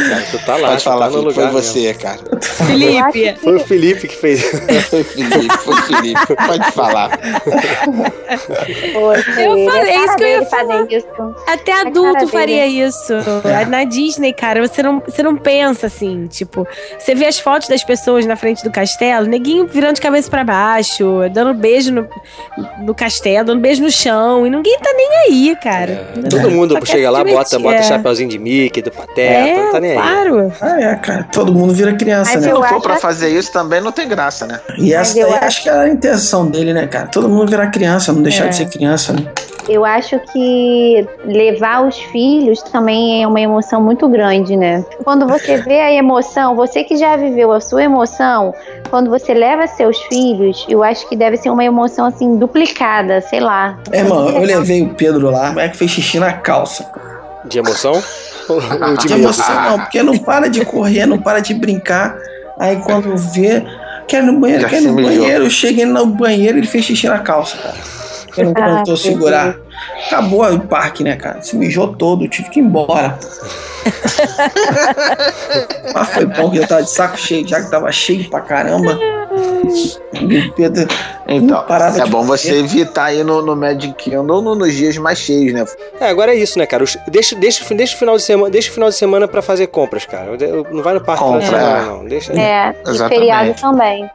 cara, tu tá lá, Pode tu tá falar, no Felipe, lugar. foi você, cara. Felipe, Foi o Felipe que fez. Foi Felipe, foi Felipe. Pode falar. Poxa, Eu falei, é é isso que eu ia fazer isso. até cara adulto dele. faria isso. É. Na Disney, cara, você não, você não pensa assim, tipo, você vê as fotos das pessoas na frente do castelo, neguinho virando de cabeça pra baixo, dando beijo no, no castelo, dando beijo no chão, e ninguém tá nem aí, cara. É, todo mundo Só quer chega se lá, bota, divertir, bota é. chapeuzinho de Mickey, do Pateta, É, não tá nem aí. claro. Ah, é, cara. Todo mundo vira criança, Mas né? eu Se acho for pra assim. fazer isso também não tem graça, né? E essa eu daí acho- acho que era a intenção dele, né, cara? Todo mundo virar criança, não deixar É. de ser criança, né? Eu acho que levar os filhos também é uma emoção muito grande, né? Quando você vê a emoção, você que já viveu a sua emoção, quando você leva seus filhos, eu acho que deve ser uma emoção assim duplicada, sei lá. É, irmão, eu levei o Pedro lá, como é que fez xixi na calça? De emoção? Ou de Que medo? emoção, não, porque não para de correr, não para de brincar. Aí quando vê, quer ir no banheiro, Já quer ir no se mijou. banheiro, chega ele no banheiro, ele fez xixi na calça, cara. Porque não Ah, tentou meu segurar. Acabou o parque, né, cara? Se mijou todo, tive que ir embora. Mas foi bom que eu tava de saco cheio, já que tava cheio pra caramba. E o Pedro Então, Não parava é de bom correr. você evitar ir no, no Magic Kingdom ou no- nos dias mais cheios, né? É, agora é isso, né, cara? Os- Deixa, deixa, deixa o final de semana, deixa o final de semana pra fazer compras, cara. Eu- eu- Não vai no parque no final de Compra. semana, não. Deixa. É, e Exatamente. feriado também.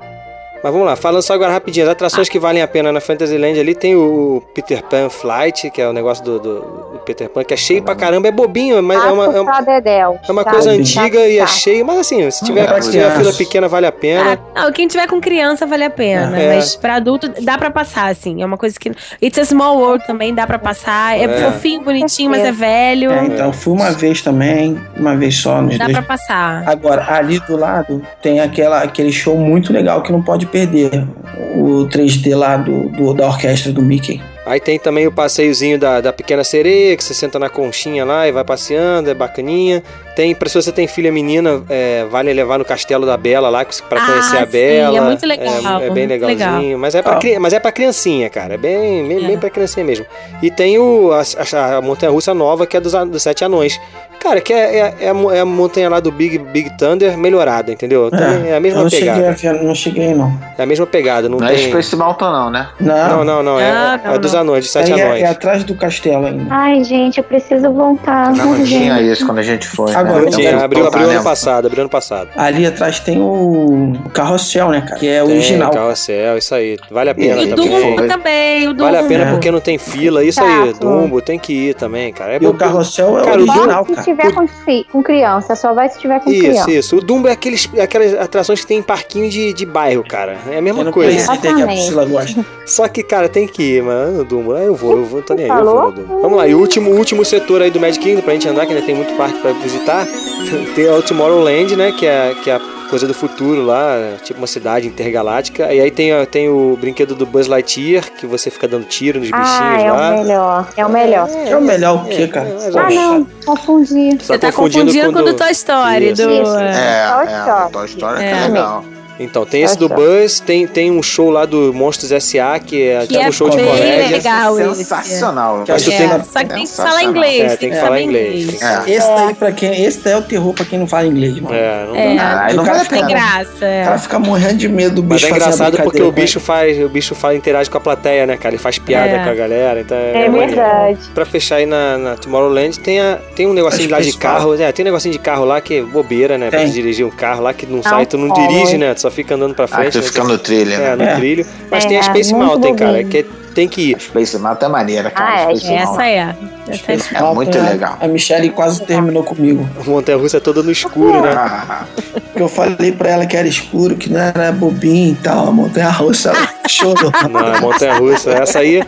Mas vamos lá, falando só agora rapidinho, as atrações que valem a pena na Fantasyland ali tem o Peter Pan Flight, que é o negócio do, do- do Peter Pan, que é cheio pra caramba, é bobinho, mas é uma, é uma, Passo pra Dedéu, é uma sabe? coisa Sabe, antiga e é sabe. cheio, mas assim, se É, tiver, pra se tiver criança. fila pequena, vale a pena. Ah, não, quem tiver com criança vale a pena, É. mas pra adulto dá pra passar, assim. É uma coisa que. It's a small world também dá pra passar. É, É. fofinho, bonitinho, mas é velho. É, então, fui uma vez também, uma vez só É. nos Dá dois. pra passar. Agora, ali do lado tem aquela, aquele show muito legal que não pode perder. O 3D lá do, do- da orquestra do Mickey. Ah, Aí tem também o passeiozinho da, da pequena sereia, que você senta na conchinha lá e vai passeando, é bacaninha. Tem, pra se você tem filha menina, é, vale levar no castelo da Bela lá que- pra Ah, conhecer a sim, Bela. é muito legal, É, é bem muito legalzinho. legal. Mas, é pra, Ah. cri- mas é pra criancinha, cara. É bem, bem, bem pra criancinha mesmo. E tem o, a, a- a montanha russa nova, que é dos, a- dos Sete Anões. Cara, que é, é, é a mo- é a montanha lá do Big, Big Thunder melhorada, entendeu? Também É, a eu mesma não cheguei a pegada. ver, não cheguei não. É a mesma pegada, não, Não é tem. Space Mountain, não, né? Não, Não, não, não. É, Ah, é não, dos não. anões, dos aí sete é, anões. é atrás do castelo ainda. Ai, gente, eu preciso voltar. Não tinha isso quando a gente foi. Agora, né? Ah, eu Então, Tinha, quero Uhum. abriu, voltar, abriu né? ano passado, abriu ano passado. Ali atrás tem o, o carrossel, né, cara? Que é Tem, então, original. Carrossel, é, isso aí. Vale a pena E E Tá do também. Dumbo também, o Dumbo. é Vale a pena né? porque não tem fila, isso aí. Exato. Dumbo, tem que ir também, cara. É E bom- o carrossel é Cara, o original, se cara. tiver com, fi- com criança, só vai se tiver com Isso, criança. isso. O Dumbo é aqueles, aquelas atrações que tem em parquinho de, de bairro, cara. É a Eu mesma não coisa. conheço até que a Priscila gosta. Só que, cara, tem que ir, mano. Dumbo, eu vou, eu vou, tô nem aí, eu Falou? vou no Dumbo. Vamos lá, e o último, último setor aí do Magic Kingdom, pra gente andar, que ainda tem muito parque pra visitar, tem o Tomorrowland, né, que é, que é a coisa do futuro lá, tipo uma cidade intergaláctica. E aí tem, a- tem o brinquedo do Buzz Lightyear, que você fica dando tiro nos bichinhos Ah, é lá. o melhor. É o melhor. É o melhor o quê, cara? é, Ah, não, confundi. Só Você tá confundindo com o do Toy Story. Isso, do... isso. Toy É, é, Story. Toy Story É. é legal. Então, tem esse do Tá Buzz, tem, tem um show lá do Monstros S.A., que é Que tipo é um show de bem comédia. legal esse. Sensacional. Que acho que É, tem- só que tem que Sensacional. falar inglês. É, tem que falar inglês. tem que falar É. Esse daí, pra quem, esse daí é o terror pra quem não fala inglês, mano. É, não É, dá. Ah, Aí O não né? cara vale a fica pena. tem graça. O cara fica morrendo de medo do Mas bicho é fazendo a engraçado porque brincadeira né? o bicho faz, o bicho fala, interage com a plateia, né, cara? Ele faz piada É. com a galera, então é, É maneiro. verdade. Pra fechar aí na, na Tomorrowland, tem, a, tem um negocinho Acho lá de principal. carro, né? Tem um negocinho de carro lá que é bobeira, né? Pra Tem. dirigir um carro lá que não Ah, sai, tu não fala, dirige, hein? né? Tu só fica andando pra Ah, que frente. tu né? fica no trilho, É, né? no É. trilho. Mas tem a É, Space muito Mountain, cara, que bobinho. é- tem que ir. Space Mountain é maneira, Ah, cara. é, Space Essa Mountain. é. Essa é. com ele. É muito Ontem, legal. A Michelle quase terminou comigo. A montanha russa é toda no escuro, né? Ah, Porque eu falei pra ela que era escuro, que não era bobinho e tal. A montanha russa ela chorou. Na montanha russa. Essa aí.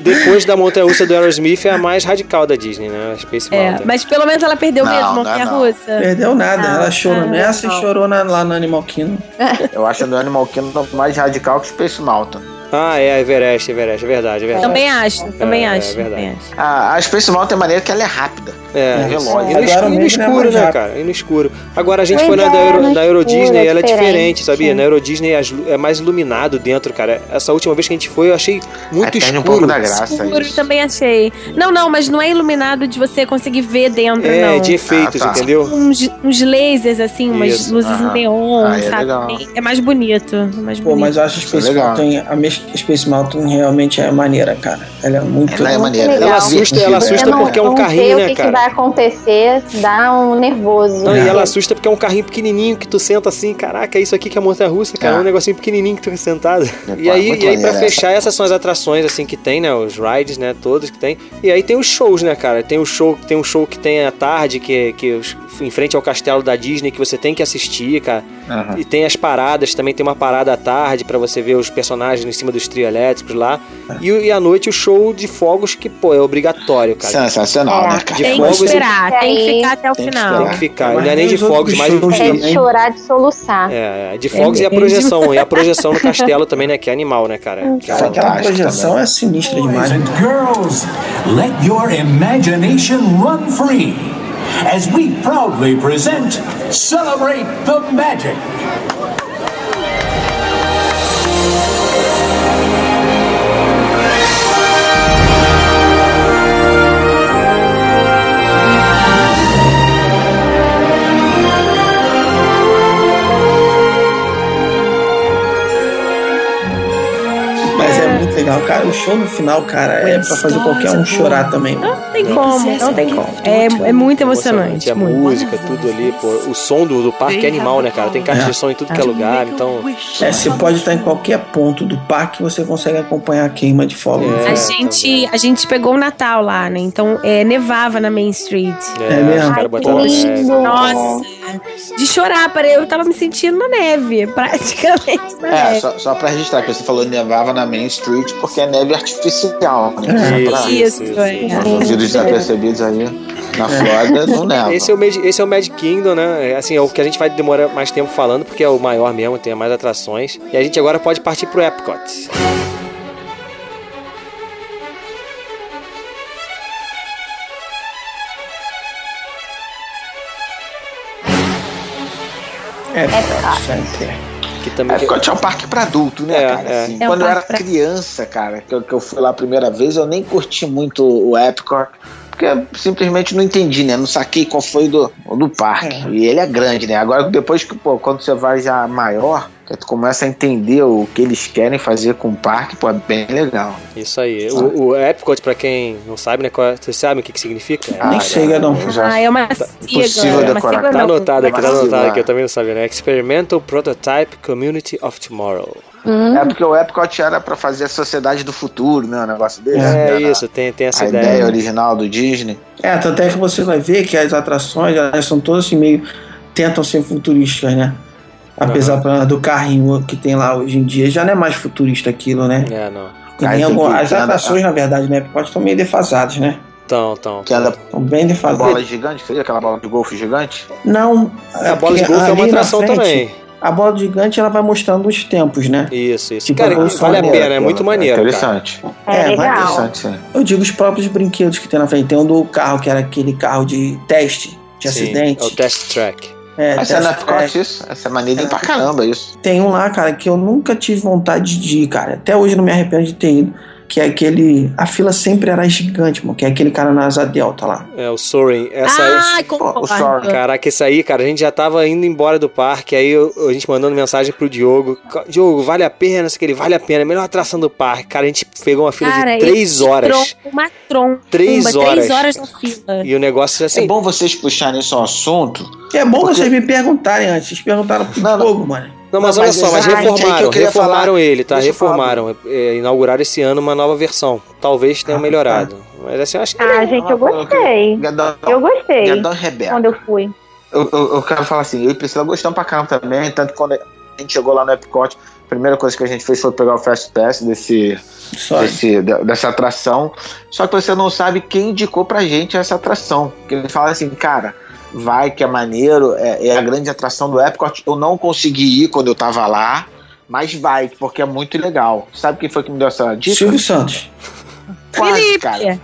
Depois da montanha russa do Aerosmith é a mais radical da Disney, né? A Space É, Mountain. mas pelo menos ela perdeu Não, é mesmo, não, montanha não. russa. Perdeu nada. ela chorou não, nessa e chorou na- lá no Animal Kingdom. eu acho do Animal Kingdom mais radical que Space Mountain. Ah, é, Everest, Everest, é verdade, é verdade. Também acho, também É, acho. é também acho. Ah, a Space Mountain é maneira que ela é rápida. É, É, relógio. E no, relógio. Agora escuro, e no mesmo é escuro, mais né, rápido. cara? E no escuro. Agora a gente Pois foi na é, da Euro, no da Euro escuro, Disney e é ela é diferente, diferente. sabia? Na Euro Disney as lu- é mais iluminado dentro, cara. Essa última vez que a gente foi, eu achei muito Aí perde escuro. um pouco da graça Escuro isso. também achei. Não, não, mas não é iluminado de você conseguir ver dentro, é, não. de efeitos, Ah, tá. entendeu? Uns, uns lasers, assim, umas Isso, luzes aham. em neon, Ah, é sabe? legal. Bem- É mais bonito. É mais Pô, bonito. mas eu acho a Space Isso é legal. Mountain, a Miss- Space Mountain realmente é maneira, cara. Ela é muito. Ela é maneira. legal. Ela assusta, ela assusta Eu não- porque é um não carrinho, sei né, o que, cara? que vai acontecer, dá um nervoso. Não, e ela Porque- assusta porque é um carrinho pequenininho que tu senta assim, caraca, é isso aqui que é montanha russa, cara, é, É. um negocinho pequenininho que tu fica sentado. É, E pô, é aí, muito e aí pra maneiro essa. fechar, essas são as atrações assim que tem, né, os rides, né, todos que tem. E aí tem os shows, né, cara? Tem o show, tem um show que tem à tarde que é, que os- em frente ao castelo da Disney que você tem que assistir, cara. Aham. E tem as paradas, também tem uma parada à tarde pra você ver os personagens em cima dos trio elétricos lá. E, o- e à noite o show de fogos que, pô, é obrigatório, cara. Sensacional, É. né, cara? De Tem que fogos e- esperar, tem que Aí- ficar até o Tem que final. Tem que ficar. Não é nem de fogos, mas shows É de também. chorar, de soluçar. É, é, de fogos e a projeção. E a projeção no castelo também, né? Que é animal, né, cara? Que é Cara, aquela Fantástico projeção também. é sinistra demais. and girls, let your imagination run free as we proudly present Celebrate the Magic. Mas é muito legal, cara. O show no final, cara, é pra fazer qualquer um chorar também. Não tem como, não tem como. É, é muito emocionante. A muito. música, tudo ali, pô. O som do, do parque é animal, né, cara? Tem caixa de som em Tá. tudo que é lugar, então. É, você pode estar em qualquer ponto do parque você consegue acompanhar a queima de fogo. É. A gente, a gente pegou o Natal lá, né? Então é, nevava na Main Street. É, mesmo? os Ai, caras que botaram neve. lindo. Nossa, de chorar, para eu tava me sentindo na neve, praticamente na É, neve. só, só pra registrar que você falou nevava na Main Street porque é neve artificial, né? Pra- Isso, pra é. Os vírus desapercebidos aí na Flórida não neva. Esse é, o Magic, esse é o Magic Kingdom, né? É, Assim, é o que a gente vai demorar mais tempo falando, porque é o maior mesmo, tem mais atrações. E a gente agora pode partir pro Epcot. É, Epcot. Que também Epcot é um parque pra adulto, né, É, cara? é. Assim, É um quando eu parque era pra- criança, cara, que eu, que eu fui lá a primeira vez, eu nem curti muito o Epcot. Porque eu simplesmente não entendi, né? Não saquei qual foi do, do parque. E ele é grande, né? Agora, depois que, pô, quando você vai já maior, que tu começa a entender o que eles querem fazer com o parque, pô, é bem legal. Isso aí. O, o Epcot, pra quem não sabe, né? Qual, vocês sabem o que, que significa? Ah, Nem chega, não. eu já- Ah, é uma Impossível sigla. É uma decorar. sigla Tá não. anotado aqui, tá anotado Maravilha. aqui, eu também não sabia, né? Experimental Prototype Community of Tomorrow. Hum, É porque o Epcot era pra fazer a sociedade do futuro, né? O negócio dele. É, né? isso, tem, tem essa A ideia. ideia original do Disney. É, tanto é que você vai ver que as atrações, elas são todas assim, meio. tentam ser futurísticas, né? Apesar pra- do carrinho que tem lá hoje em dia, já não é mais futurista aquilo, né? É, não. E Aí nem tem algum- que- as é. atrações, na verdade, né? Pode estão meio defasadas, né? Então, então. Que anda Estão bem a defasadas. bola gigante, fez aquela bola de golfe gigante. Não. A bola de porque golfe é uma ali na atração frente, também. A bola gigante ela vai mostrando os tempos, né? Isso, isso. Tipo, Cara, a bola vale a só- pena, é muito maneiro. Cara. um Interessante. É, É, mas legal. Interessante, sim. Eu digo os próprios brinquedos que tem na frente. Tem um do carro, que era aquele carro de teste, de Sim, acidente. É o Test Track. É, Essa é test na track. Epcot, isso. Essa é maneira pra caramba, isso. Tem um lá, cara, que eu nunca tive vontade de ir, cara. Até hoje eu não me arrependo de ter ido. Que é aquele. A fila sempre era gigante, mano. Que é aquele cara na asa delta lá. É o Soaring. Essa, é Ah, concordo. o Sorry. Caraca, isso aí, cara, a gente já tava indo embora do parque, aí eu- a gente mandando mensagem pro Diogo. "Ca- Diogo, vale a pena, não sei o que ele, vale a pena, é a melhor atração do parque. Cara, a gente pegou uma fila Cara, de três horas. Tron- Uma tromba. Três horas. Três horas na fila. E o negócio assim. É bom vocês puxarem isso ao assunto. então. É bom vocês me perguntarem antes. Vocês perguntaram pro Não, não. jogo, mano. não, mas Não, olha mas só, mas exatamente aí que eu reformaram, queria reformaram falar. ele, tá? Deixa eu reformaram. É, inauguraram esse ano uma nova versão. Talvez Ah, tá. tenha melhorado. Mas assim, eu acho que. é Ah, gente, eu gostei. Gadão, Eu gostei Gadão Rebeca. quando eu fui. Eu, eu, eu quero falar assim, eu e Priscila gostamos pra caramba também, tanto que quando a gente chegou lá no Epcot, a primeira coisa que a gente fez foi pegar o Fast Pass desse, Só. desse- de- dessa atração. Só que você não sabe quem indicou pra gente essa atração. Porque ele fala assim, cara, vai que é maneiro, é, é a grande atração do Epcot. Eu não consegui ir quando eu tava lá, mas vai, porque é muito legal. Sabe quem foi que me deu essa dica? Silvio Santos. Quase, Felipe. cara.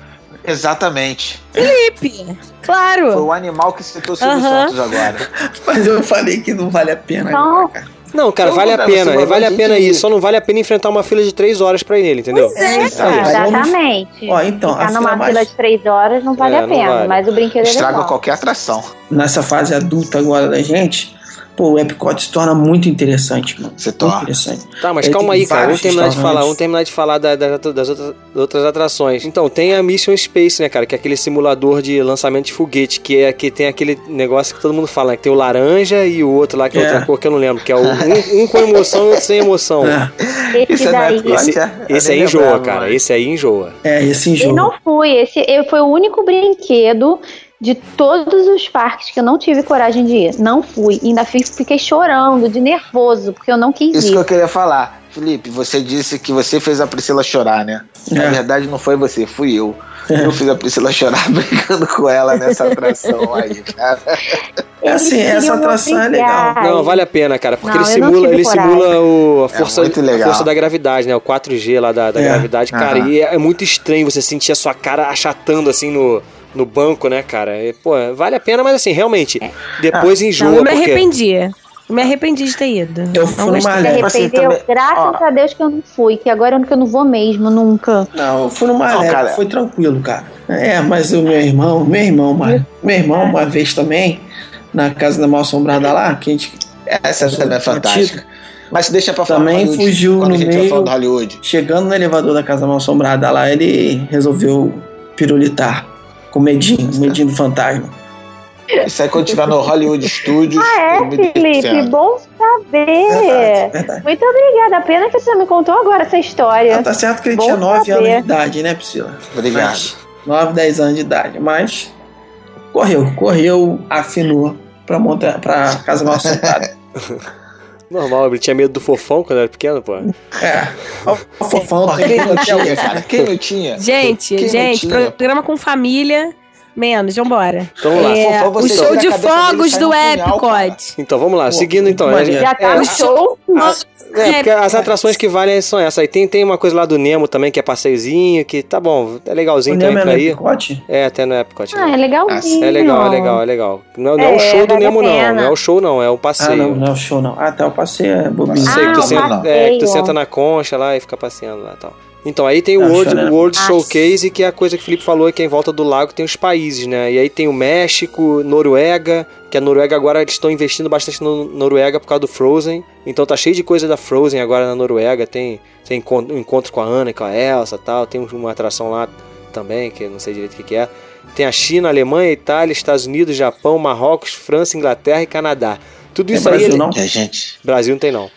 Exatamente. Felipe, um Foi claro. o animal que citou o Silvio Aham. Santos agora. Mas eu falei que não vale a pena. Não. agora, cara. Não, cara, Não, vale a cara, pena. você vai vale a ver pena que- ir, só não vale a pena enfrentar uma fila de três horas pra ir nele, entendeu? É, Exatamente. cara. Exatamente. Ó, então, a Ficar fila numa mais- fila de três horas não vale É, a não pena, vale. mas o brinquedo é Estraga legal. qualquer atração. Nessa fase adulta agora da gente, pô, o Epcot se torna muito interessante, mano. Se Muito torna. interessante. Tá, mas Ele calma tem aí, cara. Vamos É vários terminar de falar, restaurantes. vamos terminar de falar da- da- das outras, outras atrações. Então, tem a Mission Space, né, cara? Que é aquele simulador de lançamento de foguete, que é que tem aquele negócio que todo mundo fala, né? Que tem o laranja e o outro lá, que é, É. outra cor que eu não lembro, que é o um, um com emoção e outro sem emoção. É, Esse é na daí. época, Esse- né? Esse aí Eu nem enjoa, lembrava, cara. mas- Esse aí enjoa. é esse E jogo. não fui. Esse eu- foi o único brinquedo de todos os parques que eu não tive coragem de ir. Não fui. Ainda fi- fiquei chorando de nervoso, porque eu não quis Isso que ir. eu queria falar. Felipe, você disse que você fez a Priscila chorar, né? Na É. verdade, não foi você, fui eu. Eu fiz a Priscila chorar brincando com ela nessa atração aí, né? cara. É assim, Eles essa queriam atração é obrigar. legal. Não, vale a pena, cara, porque Não, ele eu não simula, tive ele coragem. simula o, a, força, muito a legal. força da gravidade, né? O 4G lá da, da É, gravidade, cara. aham. E é, é muito estranho você sentir a sua cara achatando assim no, no banco, né, cara? E, pô, vale a pena, mas assim, realmente, É. depois enjoa. Não, eu me porque... arrependi. Eu Me arrependi de ter ido. Eu fui Não numa gostei. Se Lembra, assim, arrependeu? também- Graças a Deus que eu não fui, que agora é que eu não vou mesmo, nunca. Não, eu fui numa Não, leve, cara. foi tranquilo, cara. É, mas o meu irmão, meu irmão, mano, meu irmão, uma vez também, na casa da mal assombrada lá, que a gente Essa também é fantástica. Mas deixa pra falar. Também do Hollywood, fugiu quando no a gente vai meio. falando do Hollywood. chegando no elevador da casa mal assombrada lá, ele resolveu pirulitar com medinho, medinho do fantasma. Isso aí quando tiver no Hollywood Studios. Ah, eu é, me Felipe, defendo. bom saber. Verdade, verdade. Muito obrigada. Pena que você me contou agora essa Ah, história. tá certo que ele É. Bom tinha 9 saber. anos de idade, né, Priscila? Obrigado. 9, 10 anos de idade, mas correu, correu, afinou pra, monta pra casa mal assombrada. Normal, ele tinha medo do fofão quando era pequeno, pô. É, o fofão tem Quem não até hoje. tinha, cara? Quem não tinha? Gente, Quem não gente, tinha? programa com família. Menos, vambora. Então vamos lá. É, Por favor, o você show tira a de cabeça dele, fogos sai do um punhal, Epcot. Então vamos lá, seguindo então. Mas né? Já tá É, no show. as- é, porque as atrações que valem são essas. Aí tem, tem uma coisa lá do Nemo também, que é passeiozinho, que tá bom, é legalzinho o também Nemo é pra no ir. Epcot? É, até no Epcot. Ah, né? é legalzinho. É legal, é legal, é legal. Não, não é, o É, show do vale a Nemo, não. pena. Não é o show, não. É o Ah, não, passeio. não é o show não. Ah, tá, eu passei é bobinho. Ah, Sei que tu, o senta, é, que tu passeio. senta na concha lá e fica passeando lá e tal. Então, aí tem o Não, World, show não. World Showcase, que é a coisa que o Felipe falou, que é em volta do lago tem os países, né? E aí tem o México, Noruega, que a Noruega agora eles estão investindo bastante na Noruega por causa do Frozen. Então tá cheio de coisa da Frozen agora na Noruega. Tem, tem encon- um encontro com a Anna e com a Elsa e tal. Tem um, uma atração lá também, que eu não sei direito o que, que é. Tem a China, Alemanha, Itália, Estados Unidos, Japão, Marrocos, França, Inglaterra e Canadá. Tudo Tem isso aí. Brasil, ele- não? É, gente. Brasil não tem, não.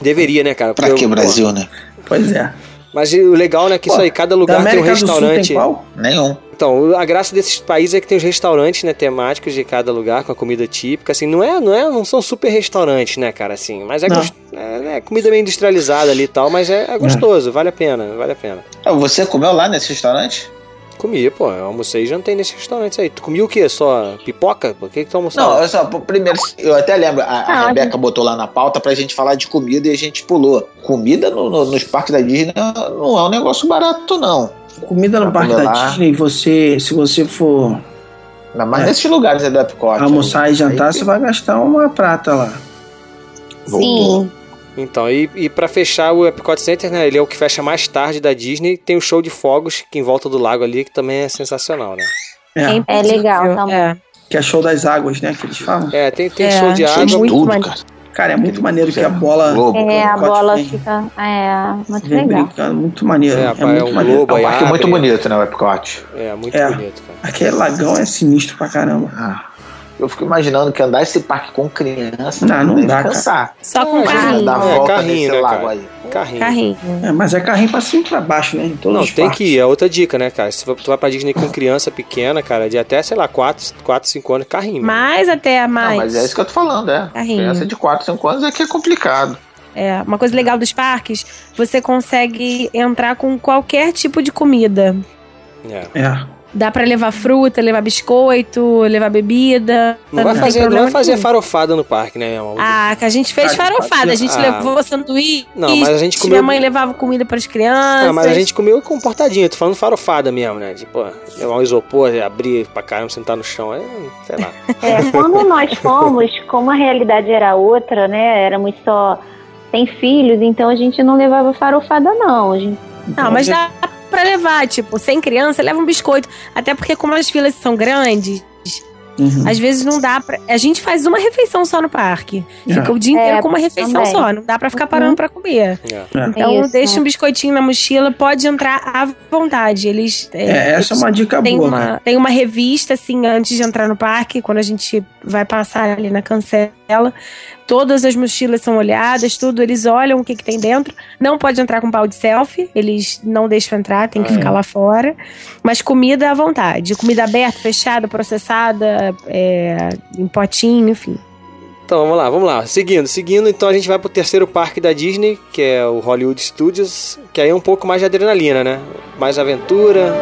Deveria, né, cara? Pra Porque que eu- Brasil, né? Pois é. Pô, Mas o legal, né, que isso Pô, aí, cada Da lugar tem um América do Sul restaurante. tem qual? Nenhum. Então, a graça desses países é que tem os restaurantes, né, temáticos de cada lugar, com a comida típica, assim, não é, não é, não são super restaurantes, né, cara, assim, mas é, Não. gost- é, né, comida meio industrializada ali e tal, mas é, é gostoso, vale a pena, vale a pena. Ah, Você comeu lá nesse restaurante? Comi, pô, eu almocei e jantei nesses restaurantes aí. Tu comia o quê? Só pipoca? Por que que tu almoçou? Não, eu só, pô, primeiro, eu até lembro, a, a Ah, Rebeca botou lá na pauta pra gente falar de comida e a gente pulou. Comida no- no- nos parques da Disney não é um negócio barato, não. Comida Tá no parque Vamos da lá. Disney, você, se você for Ainda mais É. nesses lugares aí do Epcot. almoçar e jantar, Aí- você vai gastar uma prata lá. Voltou. Sim. Então, e, e para fechar o Epcot Center, né? Ele é o que fecha mais tarde da Disney. Tem o show de fogos que em volta do lago ali, que também é sensacional, né? É, É legal, imperdível, tá bom. é. que é show das águas, né? Que eles falam. É, tem, tem É, show de show água. Cheio de muito tudo, maneiro. cara. Cara, é muito maneiro que a bola Globo. É, a Epcot bola tem. fica. É, muito vem legal. brincando. Muito maneiro. É, É, rapaz, é muito um maneiro. globo É um aí. parque muito abre. bonito, né, o Epcot. É, muito É. bonito, cara. Aquele lagão é sinistro pra caramba. Ah, eu fico imaginando que andar esse parque com criança Não, não deve dá, cara. cansar. Só com Ah, carrinho. Dar É, volta carrinho, nesse né, lago cara? aí. Carrinho. Carrinho. É, mas é carrinho pra cima e pra baixo, né? Em todos Não, os tem parques. que ir. É outra dica, né, cara? Se tu vai pra Disney com criança pequena, cara, de até, sei lá, 4, 4 5 anos, carrinho. mesmo. Mais até um- Não, mais. mas é isso que eu tô falando, é. Carrinho. Criança de 4, 5 anos é que é complicado. É, uma coisa legal dos parques, você consegue entrar com qualquer tipo de comida. É. É. Dá pra levar fruta, levar biscoito, levar bebida. Não vai tem fazer, não problema vai fazer nenhum. farofada no parque, né, meu irmão? Ah, que a gente fez farofada. A gente Ah. levou sanduíche. Não, mas a gente comeu- Minha mãe levava comida pras crianças. Ah, mas a gente comeu comportadinho, tô falando farofada mesmo, né? Tipo, levar um isopor, abrir pra caramba, sentar no chão, é, sei lá. É, quando nós fomos, como a realidade era outra, né? Éramos só sem filhos, então a gente não levava farofada, não. A gente Não, Ah, mas é dá pra levar, tipo, sem criança, leva um biscoito. Até porque como as filas são grandes, Uhum. às vezes não dá pra... A gente faz uma refeição só no parque. É. Fica um o dia inteiro É, com uma refeição também. só. Não dá pra ficar parando Uhum. pra comer. É. Então Isso. deixa um biscoitinho na mochila, pode entrar à vontade. Eles... É, essa é uma dica Tem boa, cara. uma, tem uma revista, assim, antes de entrar no parque, quando a gente vai passar ali na cancela. Todas as mochilas são olhadas, tudo, eles olham o que, que tem dentro. Não pode entrar com pau de selfie, eles não deixam entrar, tem que Ah, é. ficar lá fora. Mas comida à vontade. Comida aberta, fechada, processada, é, em potinho, enfim. Então vamos lá, vamos lá. Seguindo, seguindo, então a gente vai pro terceiro parque da Disney, que é o Hollywood Studios, que aí é um pouco mais de adrenalina, né? Mais aventura.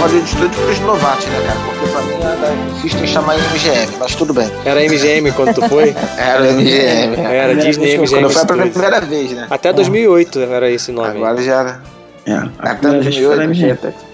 Hollywood Studios pros novatos, né, cara? Porque pra mim ainda insistem em chamar MGM, mas tudo bem. Era MGM quando tu foi? Era o MGM. né? Era Disney MGM Quando foi a Studios. primeira vez, né? Até 2008 era esse nome. aí. Agora já tá era. É, Tá a Até primeira vez que foi na né? 2008. MGM.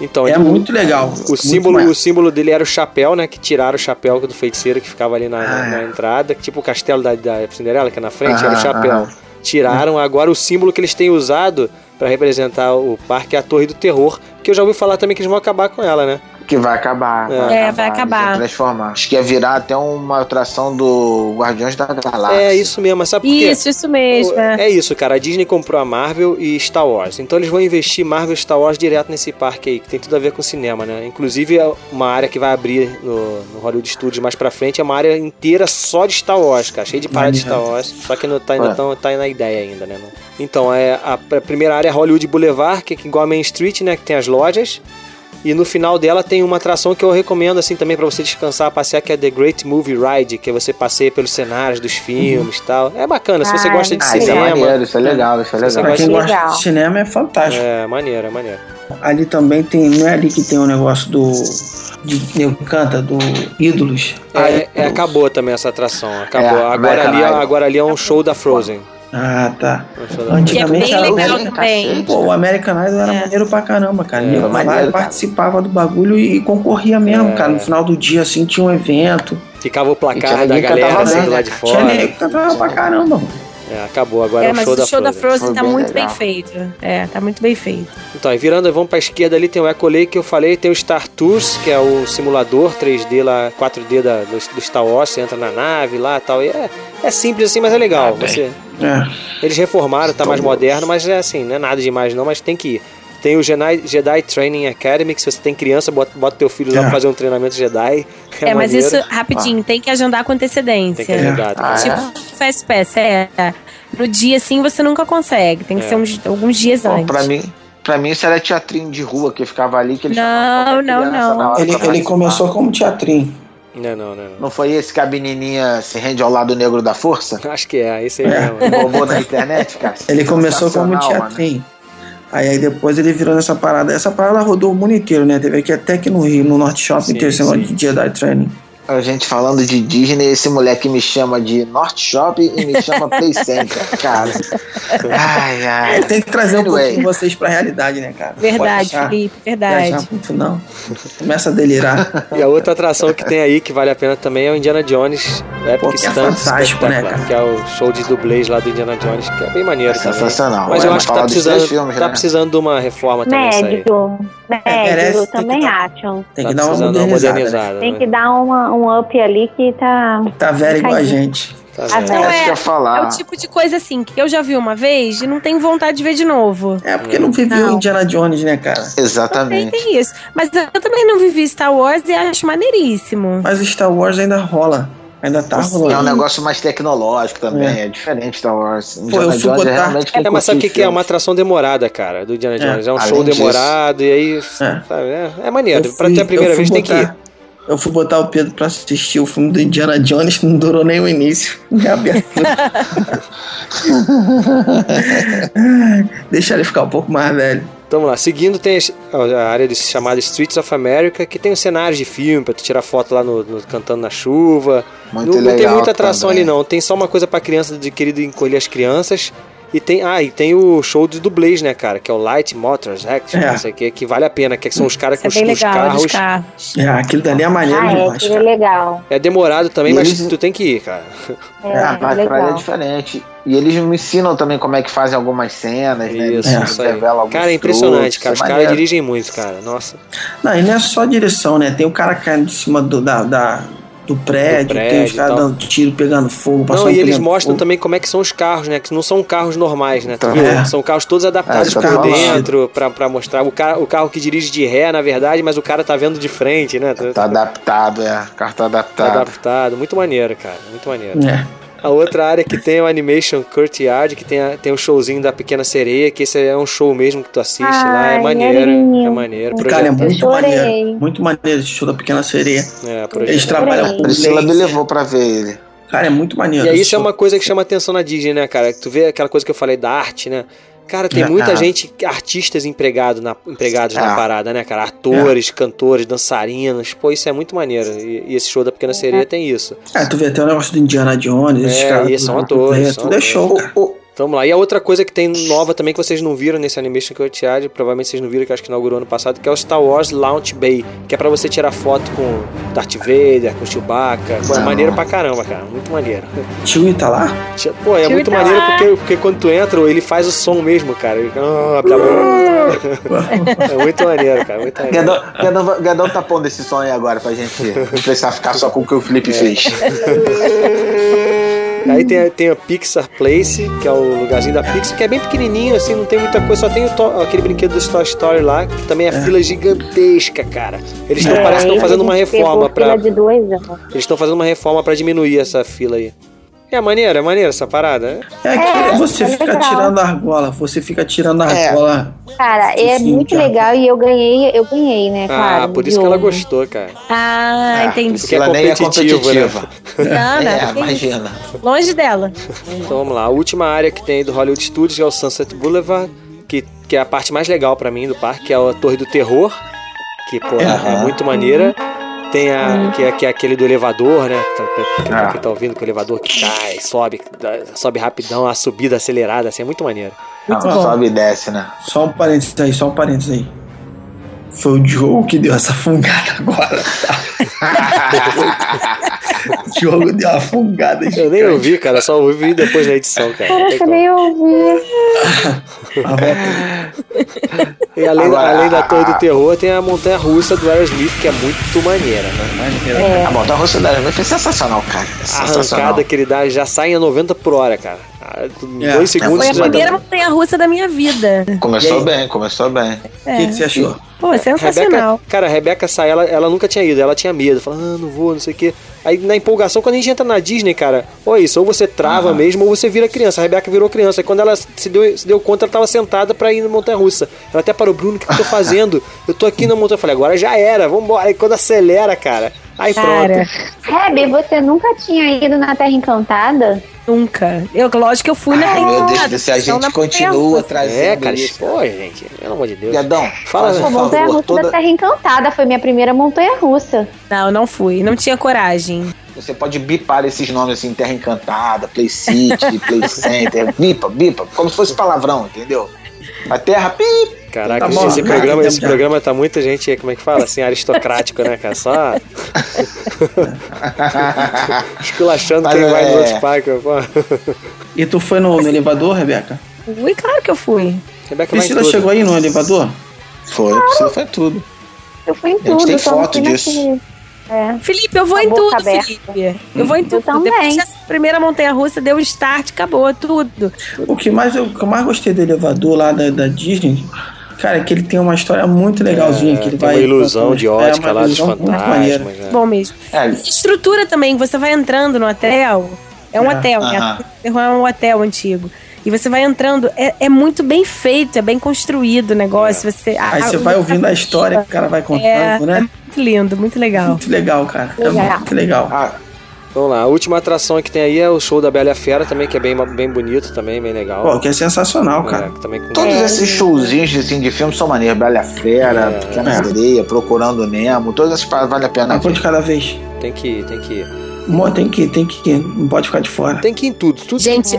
Então, É ele- muito legal. o símbolo, o símbolo dele era o chapéu, né? Que tiraram o chapéu do feiticeiro que ficava ali na, na- Ah, é. Ah, na entrada, tipo o castelo da, da Cinderela, que é na frente, era o Aham, chapéu. aham. Tiraram. Agora o símbolo que eles têm usado pra representar o parque é a Torre do Terror, que eu já ouvi falar também que eles vão acabar com ela, né? Que vai acabar. É. É, vai acabar. eles vão transformar. Acho que ia virar até uma atração do Guardiões da Galáxia. É isso mesmo, mas sabe por quê? Isso, isso mesmo. é. É isso, cara. A Disney comprou a Marvel e Star Wars. Então eles vão investir Marvel e Star Wars direto nesse parque aí, que tem tudo a ver com cinema, né? Inclusive, é uma área que vai abrir no, no Hollywood Studios mais pra frente é uma área inteira só de Star Wars, cara. Cheia de parada de Star Wars. Só que não tá, ainda Ué. tão, tá na ideia ainda, né? Não- Então, é a, a primeira área é Hollywood Boulevard, que é igual a Main Street, né? Que tem as lojas. E no final dela tem uma atração que eu recomendo assim também para você descansar, passear, que é The Great Movie Ride, que é você passeia pelos cenários dos filmes e tal. É bacana, se você Ah, gosta de Ah, isso é cinema. maneiro, isso é legal, isso é Se você legal. Pra quem gosta- gosta de cinema é fantástico. É, maneiro, é maneiro. Ali também tem. Não é ali que tem o negócio do. De nego que canta, do Ídolos. É, é, Ídolos. acabou também essa atração, acabou. É, agora, American ali, é- Idol. agora ali é um show da Frozen. Ah, tá. É um show da- Que é Antigamente bem era legal né? o- Tá também. Pô, o American Idol era maneiro pra caramba, cara. É, Eu era maneiro, cara. participava do bagulho e concorria mesmo, É. cara. No final do dia, assim, tinha um evento. Ficava o E tinha placar da ninguém que galera cantava assim bem, do lado né, de cara? Tinha fora. nego que cantava pra caramba, mano. É, acabou, agora é, É, o mas show o da show da Frozen. Frozen tá Foi bem muito bem legal. feito. É, tá muito bem feito. Então, aí virando, vamos pra esquerda ali, tem o Ecolay que eu falei, tem o Star Tours, que é o simulador 3D lá, 4D da, do, do Star Wars, você entra na nave lá e tal. E é, é simples assim, mas é legal. Você, É. eles reformaram, tá mais moderno, mas é assim, não é nada demais não, mas tem que ir. Tem o Jedi, Jedi Training Academy, que se você tem criança, bota, bota teu filho lá É. pra fazer um treinamento Jedi. É, mas maneiro. isso, rapidinho, tem que agendar com antecedência. Tem que ajudar. tem que Ah, ajudar. Tipo, fast pass, é. No dia, assim, você nunca consegue. Tem que É. ser uns, alguns dias Pô, antes. pra mim. Pra mim, isso era teatrinho de rua que ficava ali que ele Não, chamava qualquer não, criança não. na hora Ele, pra ele participar. começou como teatrinho. Não, não, não, Não foi esse que a menininha se rende ao lado negro da força? não. Acho que é, esse aí É. mesmo. Roubou na internet, cara? Ele começou como Sensacional, mano. teatrinho. Aí, aí depois ele virou nessa parada. Essa parada rodou o mundo inteiro, né? Teve aqui até que no Rio, no Norte Shopping, Sim, teve esse negócio sim. de Jedi Training. A gente falando de Disney, esse moleque me chama de North Shop e me chama Play Center, cara. Ai, ai. Tem que trazer um Anyway. pouquinho de vocês pra realidade, né, cara? Verdade, Pode deixar. Felipe, Viajar verdade. muito, não. Começa a delirar. E a outra atração que tem aí que vale a pena também é o Indiana Jones né? Epic Pô, que é Stunt fantástico, né, Spectacular, cara? que é o show de dublês lá do Indiana Jones, que é bem maneiro também. Sensacional. Mas Ué, né? eu acho que tá falar dos três precisando, filmes, tá né? precisando de uma reforma Né, também isso aí. Médio, merece, tem médio, que também dar- acham. Tem Tá que dar uma precisando de modernizada. né? Tem né? que dar uma, um up ali que tá. Tá velho igual a Caiu. gente. Tá A vendo? velha. Não É isso que eu é, ia falar. é o tipo de coisa assim que eu já vi uma vez e não tenho vontade de ver de novo. É, porque não viveu Não. Indiana Jones, né, cara? É. Tem, Exatamente. tem isso. Mas eu também não vivi Star Wars e acho maneiríssimo. Mas o Star Wars ainda rola. Ainda tá É um rolando. negócio mais tecnológico também, é, diferente da Wars. eu Indiana fui Jones é botar- realmente É, mas sabe o que, que é? filme. Uma atração demorada, cara, do Indiana É, Jones. É, um além show disso. demorado, e aí. sabe, é, é maneiro. pra ter a primeira vez tem que ir. Eu fui botar o Pedro pra assistir o filme do Indiana Jones, não durou nem o início, nem a abertura. Deixa ele ficar um pouco mais velho. Então, Vamos lá, seguindo tem as- a área de- chamada Streets of America, que tem os cenários de filme pra tu tirar foto lá no, no- cantando na chuva. Muito não, não tem legal muita atração também. ali não, tem só uma coisa pra criança de querido encolher as crianças. E tem, ah, e tem o show de dublês, né, cara, que é o Light Motors Action, É. não sei o que, que vale a pena, que são os caras Isso com é os, bem os legal, carros. dos carros. É, aquilo dali é maneiro Ah, é, demais, aquilo é cara. legal. É demorado também, E mas eles- tu tem que ir, cara. Ah, É, é Mas pra ele é legal. diferente. E eles me ensinam também como é que fazem algumas cenas, né? Eles Isso, É. isso aí. revelam alguns Cara, é impressionante, truques, cara. é Os caras maneiro. dirigem muito, cara. Nossa. Não, e não é só direção, né? Tem o cara caindo de cima do, da, da- do, prédio, Do tem os prédio e caras tal. dando tiro, pegando fogo, passando Não, um e eles pegando mostram fogo. também como é que são os carros, né? Que não são carros normais, né? Tu Tá. viu? É. São carros todos adaptados É, tá por falando. dentro pra, pra mostrar. O, cara, o carro que dirige de ré, na verdade, mas o cara tá vendo de frente, né? Tá, Tá adaptado, é. O carro tá tá adaptado. adaptado. Muito maneiro, cara. Muito maneiro. É. A outra área que tem é o Animation Courtyard, que tem, a, tem o showzinho da Pequena Sereia, que esse é um show mesmo que tu assiste lá. É Ai, maneiro. maneirinho. É maneiro. Cara, é Projeto, muito chorei. maneiro. Muito maneiro esse show da Pequena Sereia. é, Eles projeto. trabalham com Priscila me laser. levou pra ver ele. Cara, é muito maneiro. E aí esse isso é show. uma coisa que chama atenção na Disney, né, cara? Tu vê aquela coisa que eu falei da arte, né? Cara, tem É, muita cara. gente, artistas empregado na, empregados na É. parada, né, cara? Atores, cantores, dançarinos. Pô, isso é muito maneiro. E, e esse show da Pequena Sereia tem isso. É, tu vê até o negócio do Indiana Jones, esses É, caras. e são do- atores, é, são Tudo é atores. show, cara. Então, vamos lá. E a outra coisa que tem nova também que vocês não viram nesse Animation Courtyard, provavelmente vocês não viram, que acho que inaugurou ano passado, que é o Star Wars Launch Bay, que é pra você tirar foto com Darth Vader, com Chewbacca. Pô, é Não. maneiro pra caramba, cara. Muito maneiro. Tio Ita tá lá? Tia- Pô, é muito maneiro porque, porque quando tu entra, ele faz o som mesmo, cara. Ele, ah, abre a boca. é muito maneiro, cara. Muito maneiro. Gadão, Gadão, va- Gadão tá pondo esse som aí agora pra gente não precisar ficar só com o que o Felipe fez. Aí tem, a- tem a Pixar Place, que é o lugarzinho da Pixar, que é bem pequenininho, assim, não tem muita coisa, só tem o to- aquele brinquedo do Toy Story lá, que também é, fila gigantesca, cara. Eles estão, É, parece que é estão Aí fazendo uma a gente reforma pegou fila pra. de dois anos. Eles estão fazendo uma reforma pra diminuir essa fila aí. É maneiro, é maneiro essa parada. É que É, você é fica legal. tirando a argola, você fica tirando a É. argola. Cara, é Sim, muito cara. legal e eu ganhei, eu ganhei, né, Ah, claro. por isso que ela Diogo. gostou, cara. Ah, Ah, entendi. Ah, né? Porque é Priscila nem é competitivo, né? competitiva. Não, É, não, que isso. imagina. Longe dela. Então vamos lá. A última área que tem aí do Hollywood Studios é o Sunset Boulevard, que, que é a parte mais legal pra mim do parque, que é a Torre do Terror, que pô, é Aham. muito maneira. Tem a. Que, é, que é aquele do elevador, né? Tá- tá- Quem Ah. tá, quem tá ouvindo que o elevador que cai, sobe, dá- sobe rapidão, a subida acelerada, assim, é muito maneiro. Muito bom. Sobe e desce, né? Só um parênteses aí, só um parênteses aí. Foi o Diogo que deu essa fungada agora. Tá? o Diogo deu uma fungada. Eu nem ouvi, cara, só ouvi depois na edição, cara. Não tem Caraca, como. nem ouvi. Ah, vai- E além, da- Agora, além da a- Torre do Terror, tem a Montanha Russa do Aerosmith, que é muito maneira, né? Ah, então A montanha russa da Aeromédia foi sensacional, cara. É A Sensacional. arrancada que ele dá já sai a 90 por hora, cara. Ah, em É, dois é segundos Foi a já primeira montanha russa da minha vida. Começou bem, começou bem. O É. que, que você achou? Pô, É sensacional. Rebeca, cara, a Rebeca sai, ela, ela nunca tinha ido, ela tinha medo, falando, ah, não vou, não sei o quê. Aí na empolgação, quando a gente entra na Disney, cara, ou é isso, ou você trava mesmo, ou você vira criança. A Rebeca virou criança. Aí quando ela se deu, se deu conta, ela tava sentada pra ir na Montanha Russa. Ela até parou, Bruno, o que, que eu tô fazendo? Eu tô aqui na Montanha. Eu falei, agora já era, vambora. Aí quando acelera, cara, aí Cara, pronto. Hebe, você nunca tinha ido na Terra Encantada? nunca. Eu, lógico que eu fui na Ai, meu Deus Encantada, do céu, a então na gente montanha continua russa. trazendo É, cara, isso. pô, gente, pelo amor de Deus. Gadão, Fala, faz né? um Pô, montanha favor, russa toda- da Terra Encantada foi minha primeira montanha russa. Não, não fui. Não tinha coragem. Você pode bipar esses nomes assim, Terra Encantada, Play City, Play Center, bipa, bipa, como se fosse palavrão, entendeu? A Terra, pip, Caraca, Tá bom, esse, cara, programa, tá esse bom. programa tá muita gente, como é que fala? Assim, aristocrático, né, cara? Só esculachando Mas quem vai nos é- outros parques. Pô. E tu foi no, no elevador, Rebeca? Fui, claro que eu fui. Rebeca vai em Priscila é tudo. chegou aí no elevador? Foi, Priscila foi tudo. Eu fui em gente tudo. tem só não foto fui na disso. que- É. Felipe, eu vou a em boca tudo, aberta. Felipe. Hum. Eu vou em tudo. também. Depois dessa primeira montanha russa, deu um start, acabou tudo. O que mais eu, o que eu mais gostei do elevador lá da, da Disney, cara, é que ele tem uma história muito legalzinha. que ele É, Tem vai uma ilusão contando- de é, uma ótica lá dos ilusão muito maneira. fantasmas. né? Bom mesmo. É, E estrutura também, você vai entrando no hotel. É um Ah, É, hotel, né? aham. É um hotel antigo. E você vai entrando, é, é muito bem feito, é bem construído o negócio. Você, É. Aí você vai ouvindo a história que o cara vai contando, É, é né? muito lindo, muito legal. Muito legal, cara. É Legal. muito legal. ah, Vamos lá, a última atração que tem aí é o show da Bela e a Fera também, que é bem, bem bonito também, bem legal. Pô, que é sensacional, É, cara. também com- todos esses showzinhos assim, de filme são maneiros. Bela e a É, Fera, Pequena Sereia, Procurando Nemo, todas essas paradas vale a pena. Uma ver. coisa de cada vez. Tem que ir, tem que ir. Mó, tem que, tem que, ir, não pode ficar de fora. Tem que ir em tudo, tudo. Gente,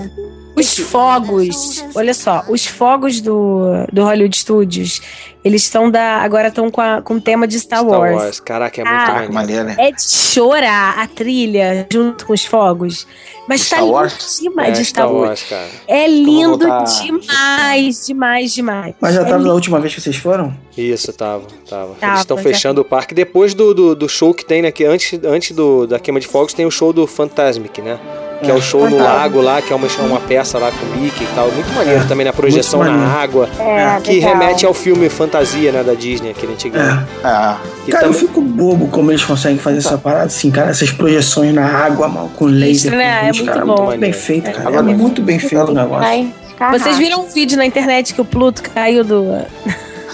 os fogos, olha só, os fogos do, do Hollywood Studios, eles estão da. Agora estão com, a- com o tema de Star, Wars. Caraca, é muito Ah, Caraca, maneiro. maneiro, né? É de chorar a trilha junto com os fogos. Mas De tá Star lindo Wars? É, Então demais de Star Wars. cara. É lindo botar- demais, demais, demais. Mas já é tava lindo. da última vez que vocês foram? Isso, tava, tava. Tava, Eles estão já. fechando o parque. Depois do, do, do show que tem, né? Que antes, antes do, da queima de fogos tem o show do Fantasmic, né? Que é, Ah, o show no lago lá, que é uma, uma peça lá com o Mickey e tal. Muito maneiro É, também na projeção muito na maneiro. água. É, que legal. remete ao filme Fantasia, né? Da Disney, aquele antigo. É. Ah, Que Cara, eu também- fico bobo como eles conseguem fazer essa parada, assim, cara, essas projeções na água, mal, com Então. Isso, laser. com né? É luz, muito cara, bom. muito bem feito, É, cara. agora- É muito bem feito o negócio. Vai escarrar. Vocês viram um vídeo na internet que o Pluto caiu do.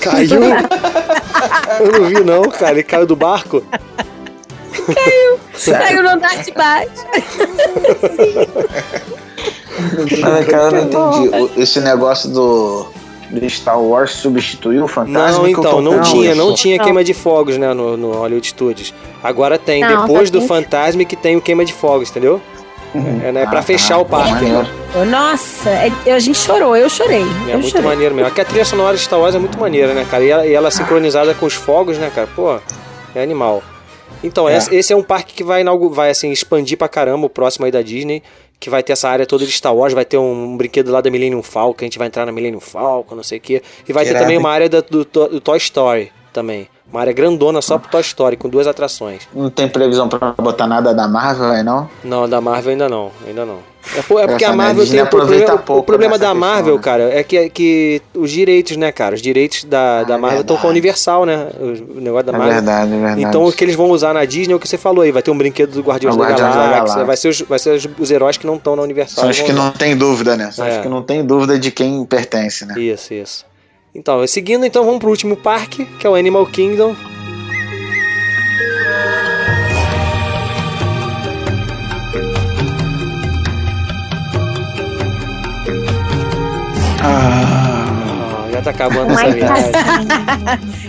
Caiu? eu não vi, não, cara. Ele caiu do barco. caiu no andar de baixo. Tá Cara, cara, eu não entendi. O- Esse negócio do, do Star Wars substituiu o Fantasma? Não, que eu então, tô não com tinha, isso. não tinha queima de fogos, né, no, no Hollywood Studios. Agora tem, Não, depois só do tem- Fantasmic que tem o queima de fogos, entendeu? É, né, pra Ah, fechar tá, o parque. né? maneiro. Nossa, é- a gente chorou, eu chorei. É eu muito chorei. maneiro mesmo. Aqui a trilha sonora de Star Wars é muito maneira, né, cara? E ela, e ela sincronizada com os fogos, né, cara? Pô, é animal. Então, É. esse, esse é um parque que vai, inaugu- vai assim, expandir pra caramba o próximo aí da Disney, que vai ter essa área toda de Star Wars, vai ter um, brinquedo lá da Millennium Falcon, a gente vai entrar na Millennium Falcon, não sei o quê. E vai ter Irado, também hein? uma área da- do, To- do Toy Story também. Uma área grandona só pro Toy Story, com duas atrações. Não tem previsão pra botar nada da Marvel aí, não? Não, da Marvel ainda não, ainda não. É, por- é porque a Engraçado, né? Marvel Disney tem o aproveita problema, pouco o problema nessa da questão, Marvel, né? cara, é que, é que os direitos, né, cara? Os direitos da, da Marvel estão com a Ah, é verdade. Universal, né? O o negócio da É Marvel. verdade, é verdade. Então o que eles vão usar na Disney é o que você falou aí. Vai ter um brinquedo do Guardiões O da Guardiões da Galáxia. Galáxia. Vai ser, os, vai ser os, os heróis que não estão na Universal. São os que vão não usar. tem dúvida, né? São os Tá É. que não tem dúvida de quem pertence, né? Isso, isso. Então, seguindo, então vamos pro último parque, que é o Animal Kingdom. Ah, já tá acabando essa viagem.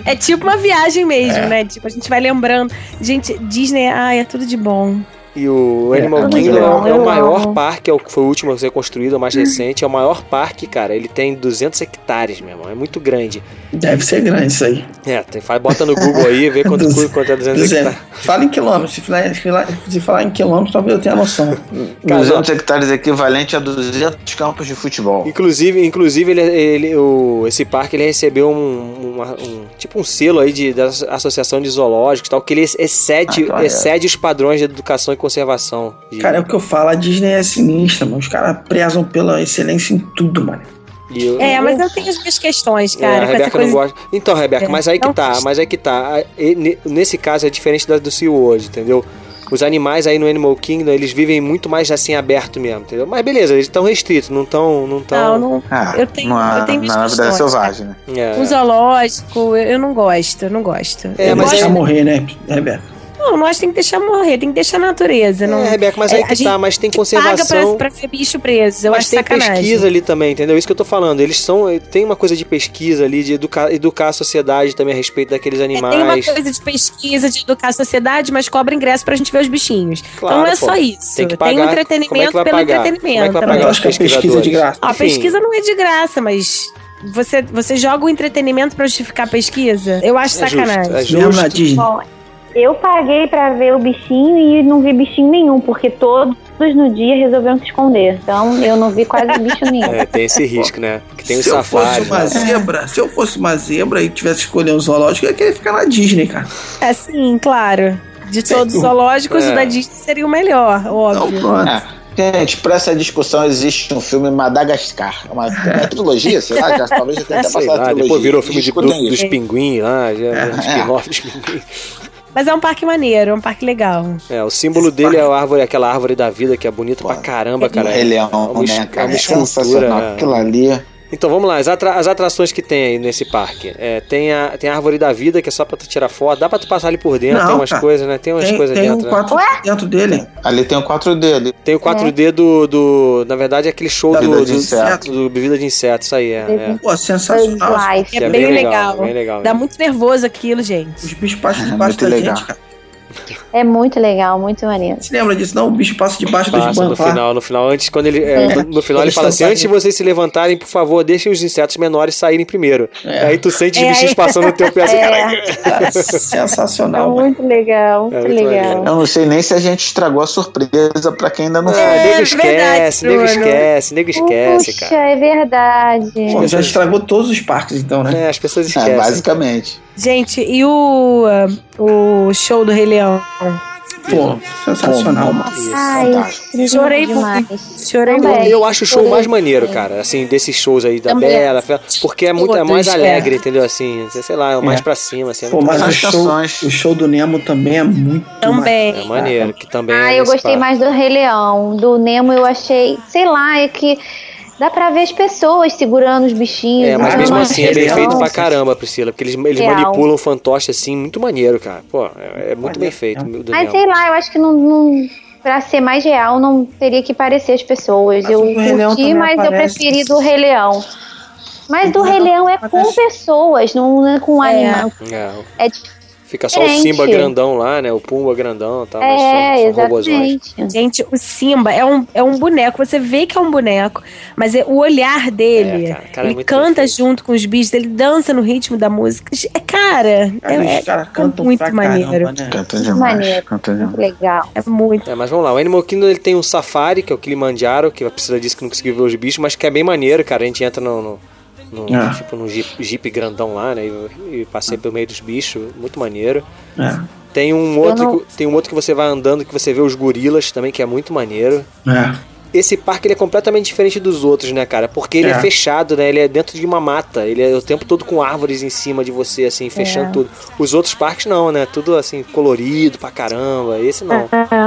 É tipo uma viagem mesmo, né? Tipo, a gente vai lembrando. Gente, Disney, ai, é tudo de bom. E o Animal É, mas Kingdom eu é, amo, o eu maior amo. parque, é o que foi o último a ser construído, é o mais recente. É o maior parque, cara. Ele tem 200 hectares, meu irmão. É muito grande. Deve ser grande isso aí. É, tem, faz- bota no Google aí, vê quanto, cu- quanto é 200 Dizendo, hectares. fala em quilômetros. Se falar, se falar- se falar em quilômetros, talvez eu tenha noção. 200 hectares equivalente a 200 campos de futebol. Inclusive, inclusive ele, ele- o, esse parque ele recebeu um, uma- um- tipo um selo aí de, da associação de zoológicos e tal que ele excede, Ah, claro. excede os padrões de educação e conservação. E- Cara, é o que eu falo, a Disney é sinistra, mano. Os caras prezam pela excelência em tudo, mano. e eu- É, mas eu tenho as minhas questões, É, cara. a com essa Rebeca coisa. não gosta. Então, Rebeca, É, mas aí que não tá, gosto. mas aí que tá. A- e- ne- Nesse caso é diferente da do SeaWorld, entendeu? Os animais aí no Animal Kingdom, eles vivem muito mais assim aberto mesmo, entendeu? Mas beleza, eles estão restritos, não estão. Não Não, tão, não, Ah, Eu tenho- na, eu tenho minhas na vida questões, selvagem, né? então. é. O zoológico, eu eu não gosto, eu não gosto. É, eu mas gosto... deixa morrer, né, Rebeca? Não, nós tem que deixar morrer, tem que deixar a natureza. É, não... Rebeca, mas é, aí a que gente tá, mas tem Paga pra, conservação. pra ver bicho preso, eu mas acho tem sacanagem. pesquisa ali também, entendeu? Isso que eu tô falando. Eles são. eh, Tem uma coisa de pesquisa ali, de educar, educar a sociedade também a respeito daqueles É, tem uma animais. coisa de pesquisa, de educar a sociedade, mas cobra ingresso pra gente ver os bichinhos. Claro, então não é pô. só isso. Tem que pagar. o Como é que entretenimento vai pelo pagar? Como é que entretenimento. vai né? Eu pagar? acho que a pesquisa é de graça. Ó, a Enfim. pesquisa não é de graça, mas você, você joga o entretenimento pra justificar a pesquisa? Eu acho É justo, sacanagem. é Mesmo justo. na Disney. Bom, eu paguei pra ver o bichinho e não vi bichinho nenhum, porque todos no dia resolveram se esconder. Então eu não vi quase bicho nenhum. É, tem esse risco, né? Que tem os se eu fosse safaris. uma né? zebra, se eu fosse uma zebra e tivesse que escolher um zoológico, eu ia querer ficar na Disney, cara. É sim, claro. De Sim. todos os zoológicos, É. o da Disney seria o melhor, Então, óbvio. pronto. Ah, É. Gente, pra essa discussão existe um filme Madagascar. É Uma, uma trilogia, sei lá, já, talvez já tenha até É, Sei passado a lá, trilogia. depois virou filme de, do, Escutem isso. dos pinguins lá, já, um É. spin-off dos pinguins. Mas é um parque maneiro, é um parque legal. É, o símbolo dele é a árvore, aquela árvore da vida que é bonita pra caramba, cara. Rei É uma Leão, es- né, é cara? uma né? É sensacional. escultura. Aquilo ali. Então vamos lá, as, atra- as atrações que tem aí nesse parque. É, tem, a, tem a árvore da vida, que é só pra tu tirar foto. Dá pra tu passar ali por dentro, Não, tem umas cara. coisas, né? Tem umas Tem, coisas tem um dentro. né? quatro dentro dele. Ali tem o 4D ali. Tem o É. 4D do, do. Na verdade, é aquele show Da do, vida do, de inseto. do Vida de Inseto, isso aí, é. é. Pô, sensacional. Life. É, bem legal. bem legal. Dá né? muito nervoso aquilo, gente. Os bichos passam É, debaixo muito da legal. gente, cara. É muito legal, muito maneiro. Você lembra disso? Não, o bicho passa debaixo dos Passa no bancos lá. final, no final, antes, quando ele. é, no, no final ele Eles fala assim: estão antes de vocês se levantarem, por favor, deixem os insetos menores saírem primeiro. É. Aí tu sente os É, bichinhos aí- passando no teu pé assim, caralho. Cara, É sensacional, mano. muito legal, É muito muito legal. Eu não sei nem se a gente estragou a surpresa pra quem ainda não Ah, nego esquece, É, verdade, nego Bruno. esquece, nego esquece, Puxa, cara. é verdade. Pô, já estragou todos os parques, então, né? É, as pessoas É, esquecem. basicamente. Gente, e o, ah, o show do Rei Leão? Pô, sensacional, mano. Isso. Ai, Chorei demais. Chorei Também. muito. eu acho o show mais maneiro, né? cara, assim, desses shows aí da Também. Bela, tipo porque é muito é mais Todos, alegre, entendeu? Assim, sei lá, é mais É. pra cima, assim, é, Pô, muito- mas o As show, canções. o show do Nemo também é muito Também. é maneiro, que também Ah, é eu nesse gostei parque. mais do Rei Leão. Do Nemo eu achei, sei lá, é que dá pra ver as pessoas segurando os bichinhos. É, mas segurando mesmo a assim é bem região. feito pra caramba, Priscila, porque eles, eles Real. manipulam o fantoche assim, muito maneiro, cara. Pô, é, é muito bem feito. meu Deus. Mas sei lá, eu acho que não, não pra ser mais real, não teria que parecer as pessoas. Mas eu o Rei Leão curti, também mas aparece. eu preferi do Rei Leão. Mas do O Rei Rei Leão Leão é com aparece. pessoas, não é com É. animal. É, É, fica só o Gente. Simba grandão lá, né? O Pumba grandão e tal, né, mas é, são, são robozões. exatamente. Gente, o Simba é um, é um boneco. Você vê que é um boneco, mas é- o olhar dele. É, cara, o cara é ele muito canta perfeito. junto com os bichos, ele dança no ritmo da música. É, cara, Cara, é, os caras é cantam muito pra maneiro. caramba, né? Canta demais. Maneiro. Canta demais. Muito legal. É muito. É, mas vamos lá, o Animal Kingdom ele tem um safari, que é o Kilimanjaro, que a Priscila disse que não conseguiu ver os bichos, mas que é bem maneiro, cara. A gente entra no, no- no- É. tipo, num jeep, jeep grandão lá, né? E, e passei pelo meio dos bichos, muito maneiro. É, Tem um, Eu outro, não- que- tem um outro que você vai andando que você vê os gorilas também, que é muito maneiro. é. esse parque ele é completamente diferente dos outros, né, cara? Porque ele é. É. fechado, né? Ele é dentro de uma mata. Ele é o tempo todo com árvores em cima de você, assim, fechando É. tudo. Os outros parques não, né? Tudo assim, colorido pra caramba. Esse não. Ah,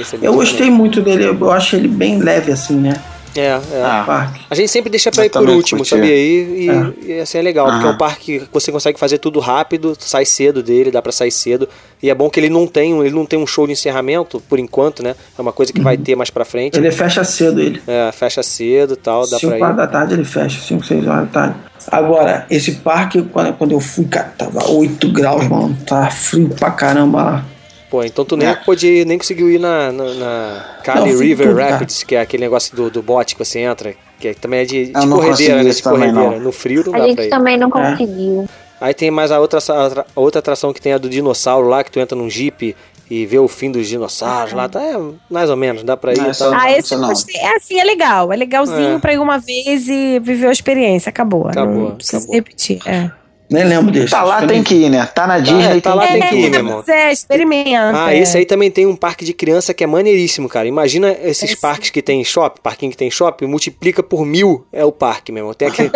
Esse é bem Eu gostei muito dele, eu acho ele bem leve assim, né? diferente. É, é. Ah. Parque. A gente sempre deixa pra Eu ir por também último, curti. sabia? E, e, e assim é legal, porque é um Aham. parque que você consegue fazer tudo rápido, sai cedo dele, dá pra sair cedo. E é bom que ele não tem, um- ele não tem um show de encerramento, por enquanto, né? É uma coisa que vai ter mais pra frente. Uhum. Ele fecha cedo ele. É, fecha cedo e tal, dá 5 pra horas ir. da tarde ele fecha, 5, 6 horas da tarde. Agora, esse parque, quando, quando eu fui, cara, tava 8 graus, mano. Tava frio pra caramba lá. Pô, então tu nem É. pôde, nem conseguiu ir na, na, na Cali Não, fui River tudo, cara. Rapids, que é aquele negócio do, do bote que você entra, que também é de, de Eu não consegui corredeira, né? isso De também, corredeira. não. No frio não A dá pra gente ir. também É. não conseguiu. Aí tem mais a outra, atra- outra atração que tem a do dinossauro lá, que tu entra num jeep e vê o fim dos dinossauros lá. Tá, é, mais ou menos, dá pra ir. tá. Não, e essa tal. eu Ah, Não, esse isso não. gostei. É assim, é legal. É legalzinho É. pra ir uma vez e viver a experiência. Acabou. Acabou, Não precisa acabou. repetir. É, Nem lembro desse. Tá lá, acho que tem nem- que ir, né? Tá na Disney, é, tá lá, tem tem que ir, meu irmão. mas é experimenta. Ah, esse aí também tem um parque de criança que é maneiríssimo, cara. Imagina esses Esse- parques que tem shopping, parquinho que tem shopping, multiplica por mil é o parque, meu irmão. Tem aquele-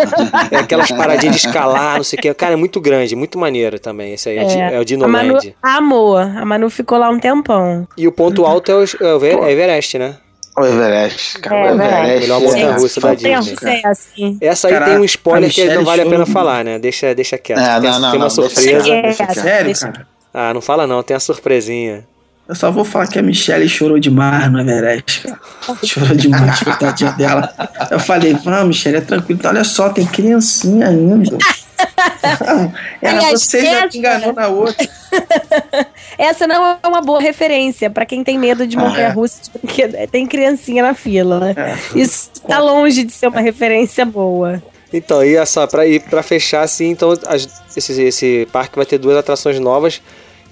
é aquelas paradinhas de escalar, não sei o que. Cara, é muito grande, muito maneiro também. Esse aí é, di- é o A Manu Dinoland. amou. A Manu ficou lá um tempão. E o ponto alto é o, é o Ver- é Everest, né? O Everest, cara. É, o Everest. melhor montanha-russa da Disney. fantástico, Pensa, cara. é assim. Essa aí Cara, tem um spoiler a que não Michelle vale a pena chorou falar, né? Deixa, deixa quieto. É, tem não, não, tem uma não, deixa surpresa. quieto, deixa quieto. Sério, Deixa- cara? Ah, não fala não, tem a surpresinha. Eu só vou falar que a Michelle chorou demais no Everest, cara. Chorou demais, coitadinha dela. Eu falei, vamos, Michelle, é tranquilo. Olha só, tem criancinha ainda. Ela, Aliás, você já essa- te enganou na outra. Essa não é uma boa referência pra quem tem medo Ah, de é? montanha russa, porque tem criancinha na fila, né? Isso tá longe de ser uma referência boa. Então, e essa, pra, e pra fechar, assim, então, as- esse, esse parque vai ter duas atrações novas.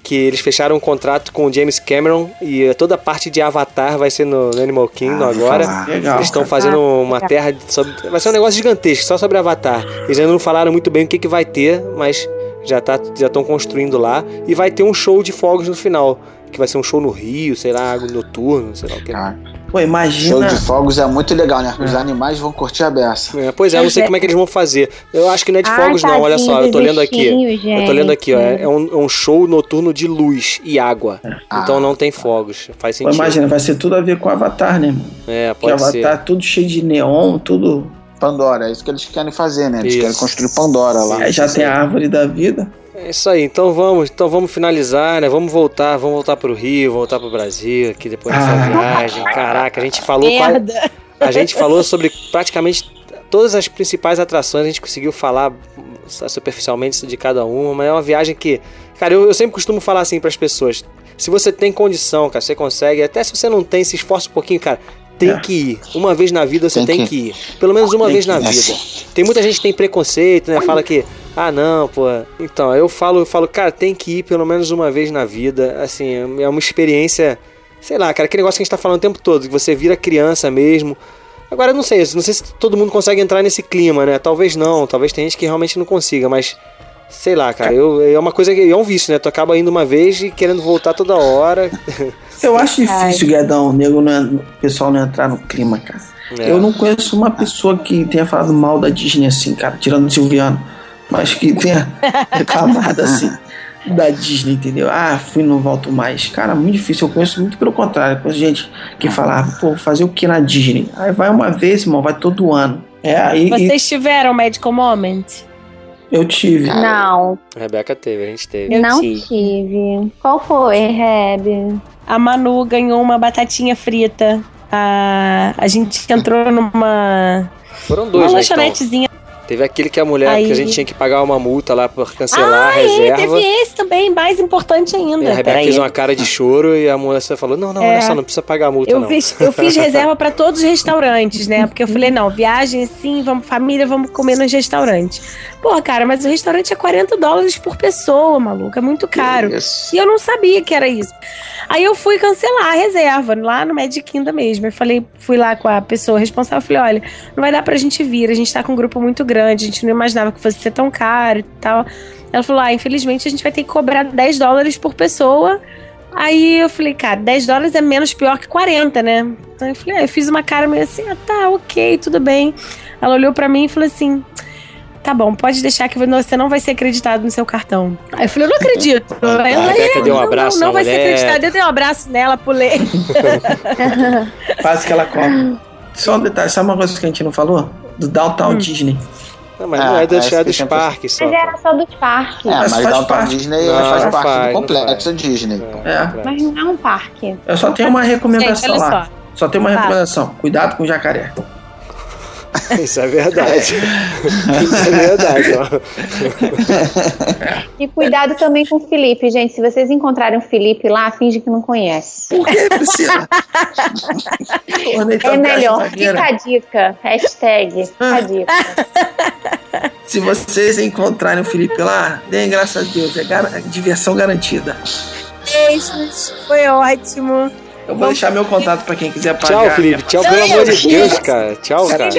Que eles fecharam um contrato com o James Cameron e toda a parte de Avatar vai ser no, no Animal Kingdom Ah, vou agora. falar. Legal. Eles estão fazendo uma terra. de- sobre- vai ser um negócio gigantesco, só sobre Avatar. Eles ainda não falaram muito bem o que, que vai ter, mas já tá, já estão construindo lá. E vai ter um show de fogos no final. Que vai ser um show no Rio, sei lá, algo noturno, sei lá o que. Cara, Pô, Show imagina. de fogos é muito legal, né? Ah. Os animais vão curtir a beça. É, pois é, eu não sei como é que eles vão fazer. Eu acho que não é de Ah, fogos, não. Olha só, eu tô lendo aqui. Eu tô lendo aqui, ó. É um, é um show noturno de luz e água. Então não tem fogos. Faz Ah. Pô, sentido. imagina, vai ser tudo a ver com o Avatar, né, mano? É, Porque pode ser. Avatar tudo cheio de neon, tudo. Pandora, é isso que eles querem fazer, né? Eles Isso. querem construir Pandora lá. Aí já tem a árvore da vida. É isso aí, então vamos, então vamos finalizar, né? Vamos voltar, vamos voltar pro Rio, voltar pro Brasil aqui depois dessa Ah. viagem. Caraca, a gente falou quase- Merda. a gente falou sobre praticamente todas as principais atrações, a gente conseguiu falar superficialmente de cada uma, mas é uma viagem que, cara, eu, eu sempre costumo falar assim pras pessoas, se você tem condição, cara, você consegue, até se você não tem, se esforça um pouquinho, cara, tem É. que ir. Uma vez na vida você tem, Tem que... ir. Pelo menos uma Tem vez que- na é vida. assim. Tem muita gente que tem preconceito, né? Fala que, ah, não, pô. Então, eu falo, eu falo, cara, tem que ir pelo menos uma vez na vida. Assim, é uma experiência, sei lá, cara, aquele negócio que a gente tá falando o tempo todo, que você vira criança mesmo. Agora, eu não sei, não sei se todo mundo consegue entrar nesse clima, né? Talvez não, talvez tenha gente que realmente não consiga, mas. Sei lá, cara, eu, é uma coisa que é um vício, né? Tu acaba indo uma vez e querendo voltar toda hora. Eu acho difícil, Guedão, o nego não en- o pessoal não entrar no clima, cara. É. Eu não conheço uma pessoa que tenha falado mal da Disney assim, cara, tirando o Silviano, mas que tenha reclamado assim da Disney, entendeu? Ah, fui, não volto mais. Cara, muito difícil. Eu conheço muito pelo contrário. Eu conheço gente que falava, pô, fazer o que na Disney? Aí vai uma vez, irmão, vai todo ano. É, aí e Vocês tiveram Medical Moment? eu tive. Não, A Rebeca teve, a gente teve. Eu não tive. tive. Qual foi, Reb? A Manu ganhou uma batatinha frita. A, a gente entrou numa Foram uma dois, né? então? lanchonetezinha. Teve aquele que a mulher, Aí. que a gente tinha que pagar uma multa lá pra cancelar a E reserva. É, teve um. esse também, mais importante E a ainda. Rebeca Peraí. fez uma cara de choro e a moça falou: Não, não, É. olha só, não precisa pagar a multa, Eu não. fiz, eu fiz reserva pra todos os restaurantes, né? Porque eu falei, não, viagem sim, vamos, família, vamos comer nos restaurantes. Pô, cara, mas o restaurante é 40 dólares por pessoa, maluco. É muito caro. Isso. E eu não sabia que era isso. Aí eu fui cancelar a reserva, lá no Magic Kingdom mesmo. Eu falei, fui lá com a pessoa responsável, falei, olha, não vai dar pra gente vir, a gente tá com um grupo muito grande, a gente não imaginava que fosse ser tão caro e tal. Ela falou, ah, infelizmente a gente vai ter que cobrar 10 dólares por pessoa Aí eu falei, cara, 10 dólares é menos pior que 40, né? Então eu falei, ah, eu fiz uma cara meio assim, ah, tá, ok, tudo bem. Ela olhou pra mim e falou assim: tá bom, pode deixar que você não vai ser acreditado no seu cartão. Aí eu falei, eu não acredito. Aí A ela, Rebeca "É, deu um não, abraço Não, na não vai ser mulher. acreditado. Eu dei um abraço nela, pulei. Faz o que ela come. Só um detalhe, sabe uma coisa que a gente não falou? Do Downtown Hum. Disney. Não, mas não Ah, é deixar parece que dos sempre- parques só. Mas é. era só dos parques. É, mas, faz Downtown parte. Disney é, Não, faz não parte faz, do não complexo Disney. É. Mas não é um parque. Eu só tenho uma recomendação Gente, olha lá. só. Só tenho uma Tá. recomendação. Cuidado com o jacaré. Isso é verdade. Isso é verdade. ó. E cuidado também com o Felipe, gente. Se vocês encontrarem o Felipe lá, finge que não conhece. Por que, Priscila? Então, É melhor. Fica a dica. Hashtag. Fica a dica. Se vocês encontrarem o Felipe lá, deem graças a Deus. É gar- diversão garantida. Beijos, foi ótimo. Eu vou deixar meu contato pra quem quiser pagar. Tchau, Felipe. Tchau, pelo amor de Deus, cara. Tchau, cara.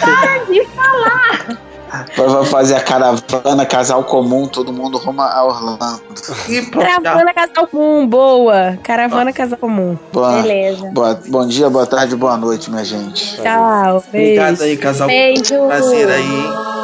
É. Vai- Vai fazer a caravana, casal comum, todo mundo rumo a Orlando. E pronto. tchau. Caravana Casal Comum, boa. Caravana Casal Comum. Boa- Beleza. boa- bom dia, boa tarde, boa noite, minha gente. Tchau, beijo. Obrigado aí, casal. Beijo. Prazer aí, hein?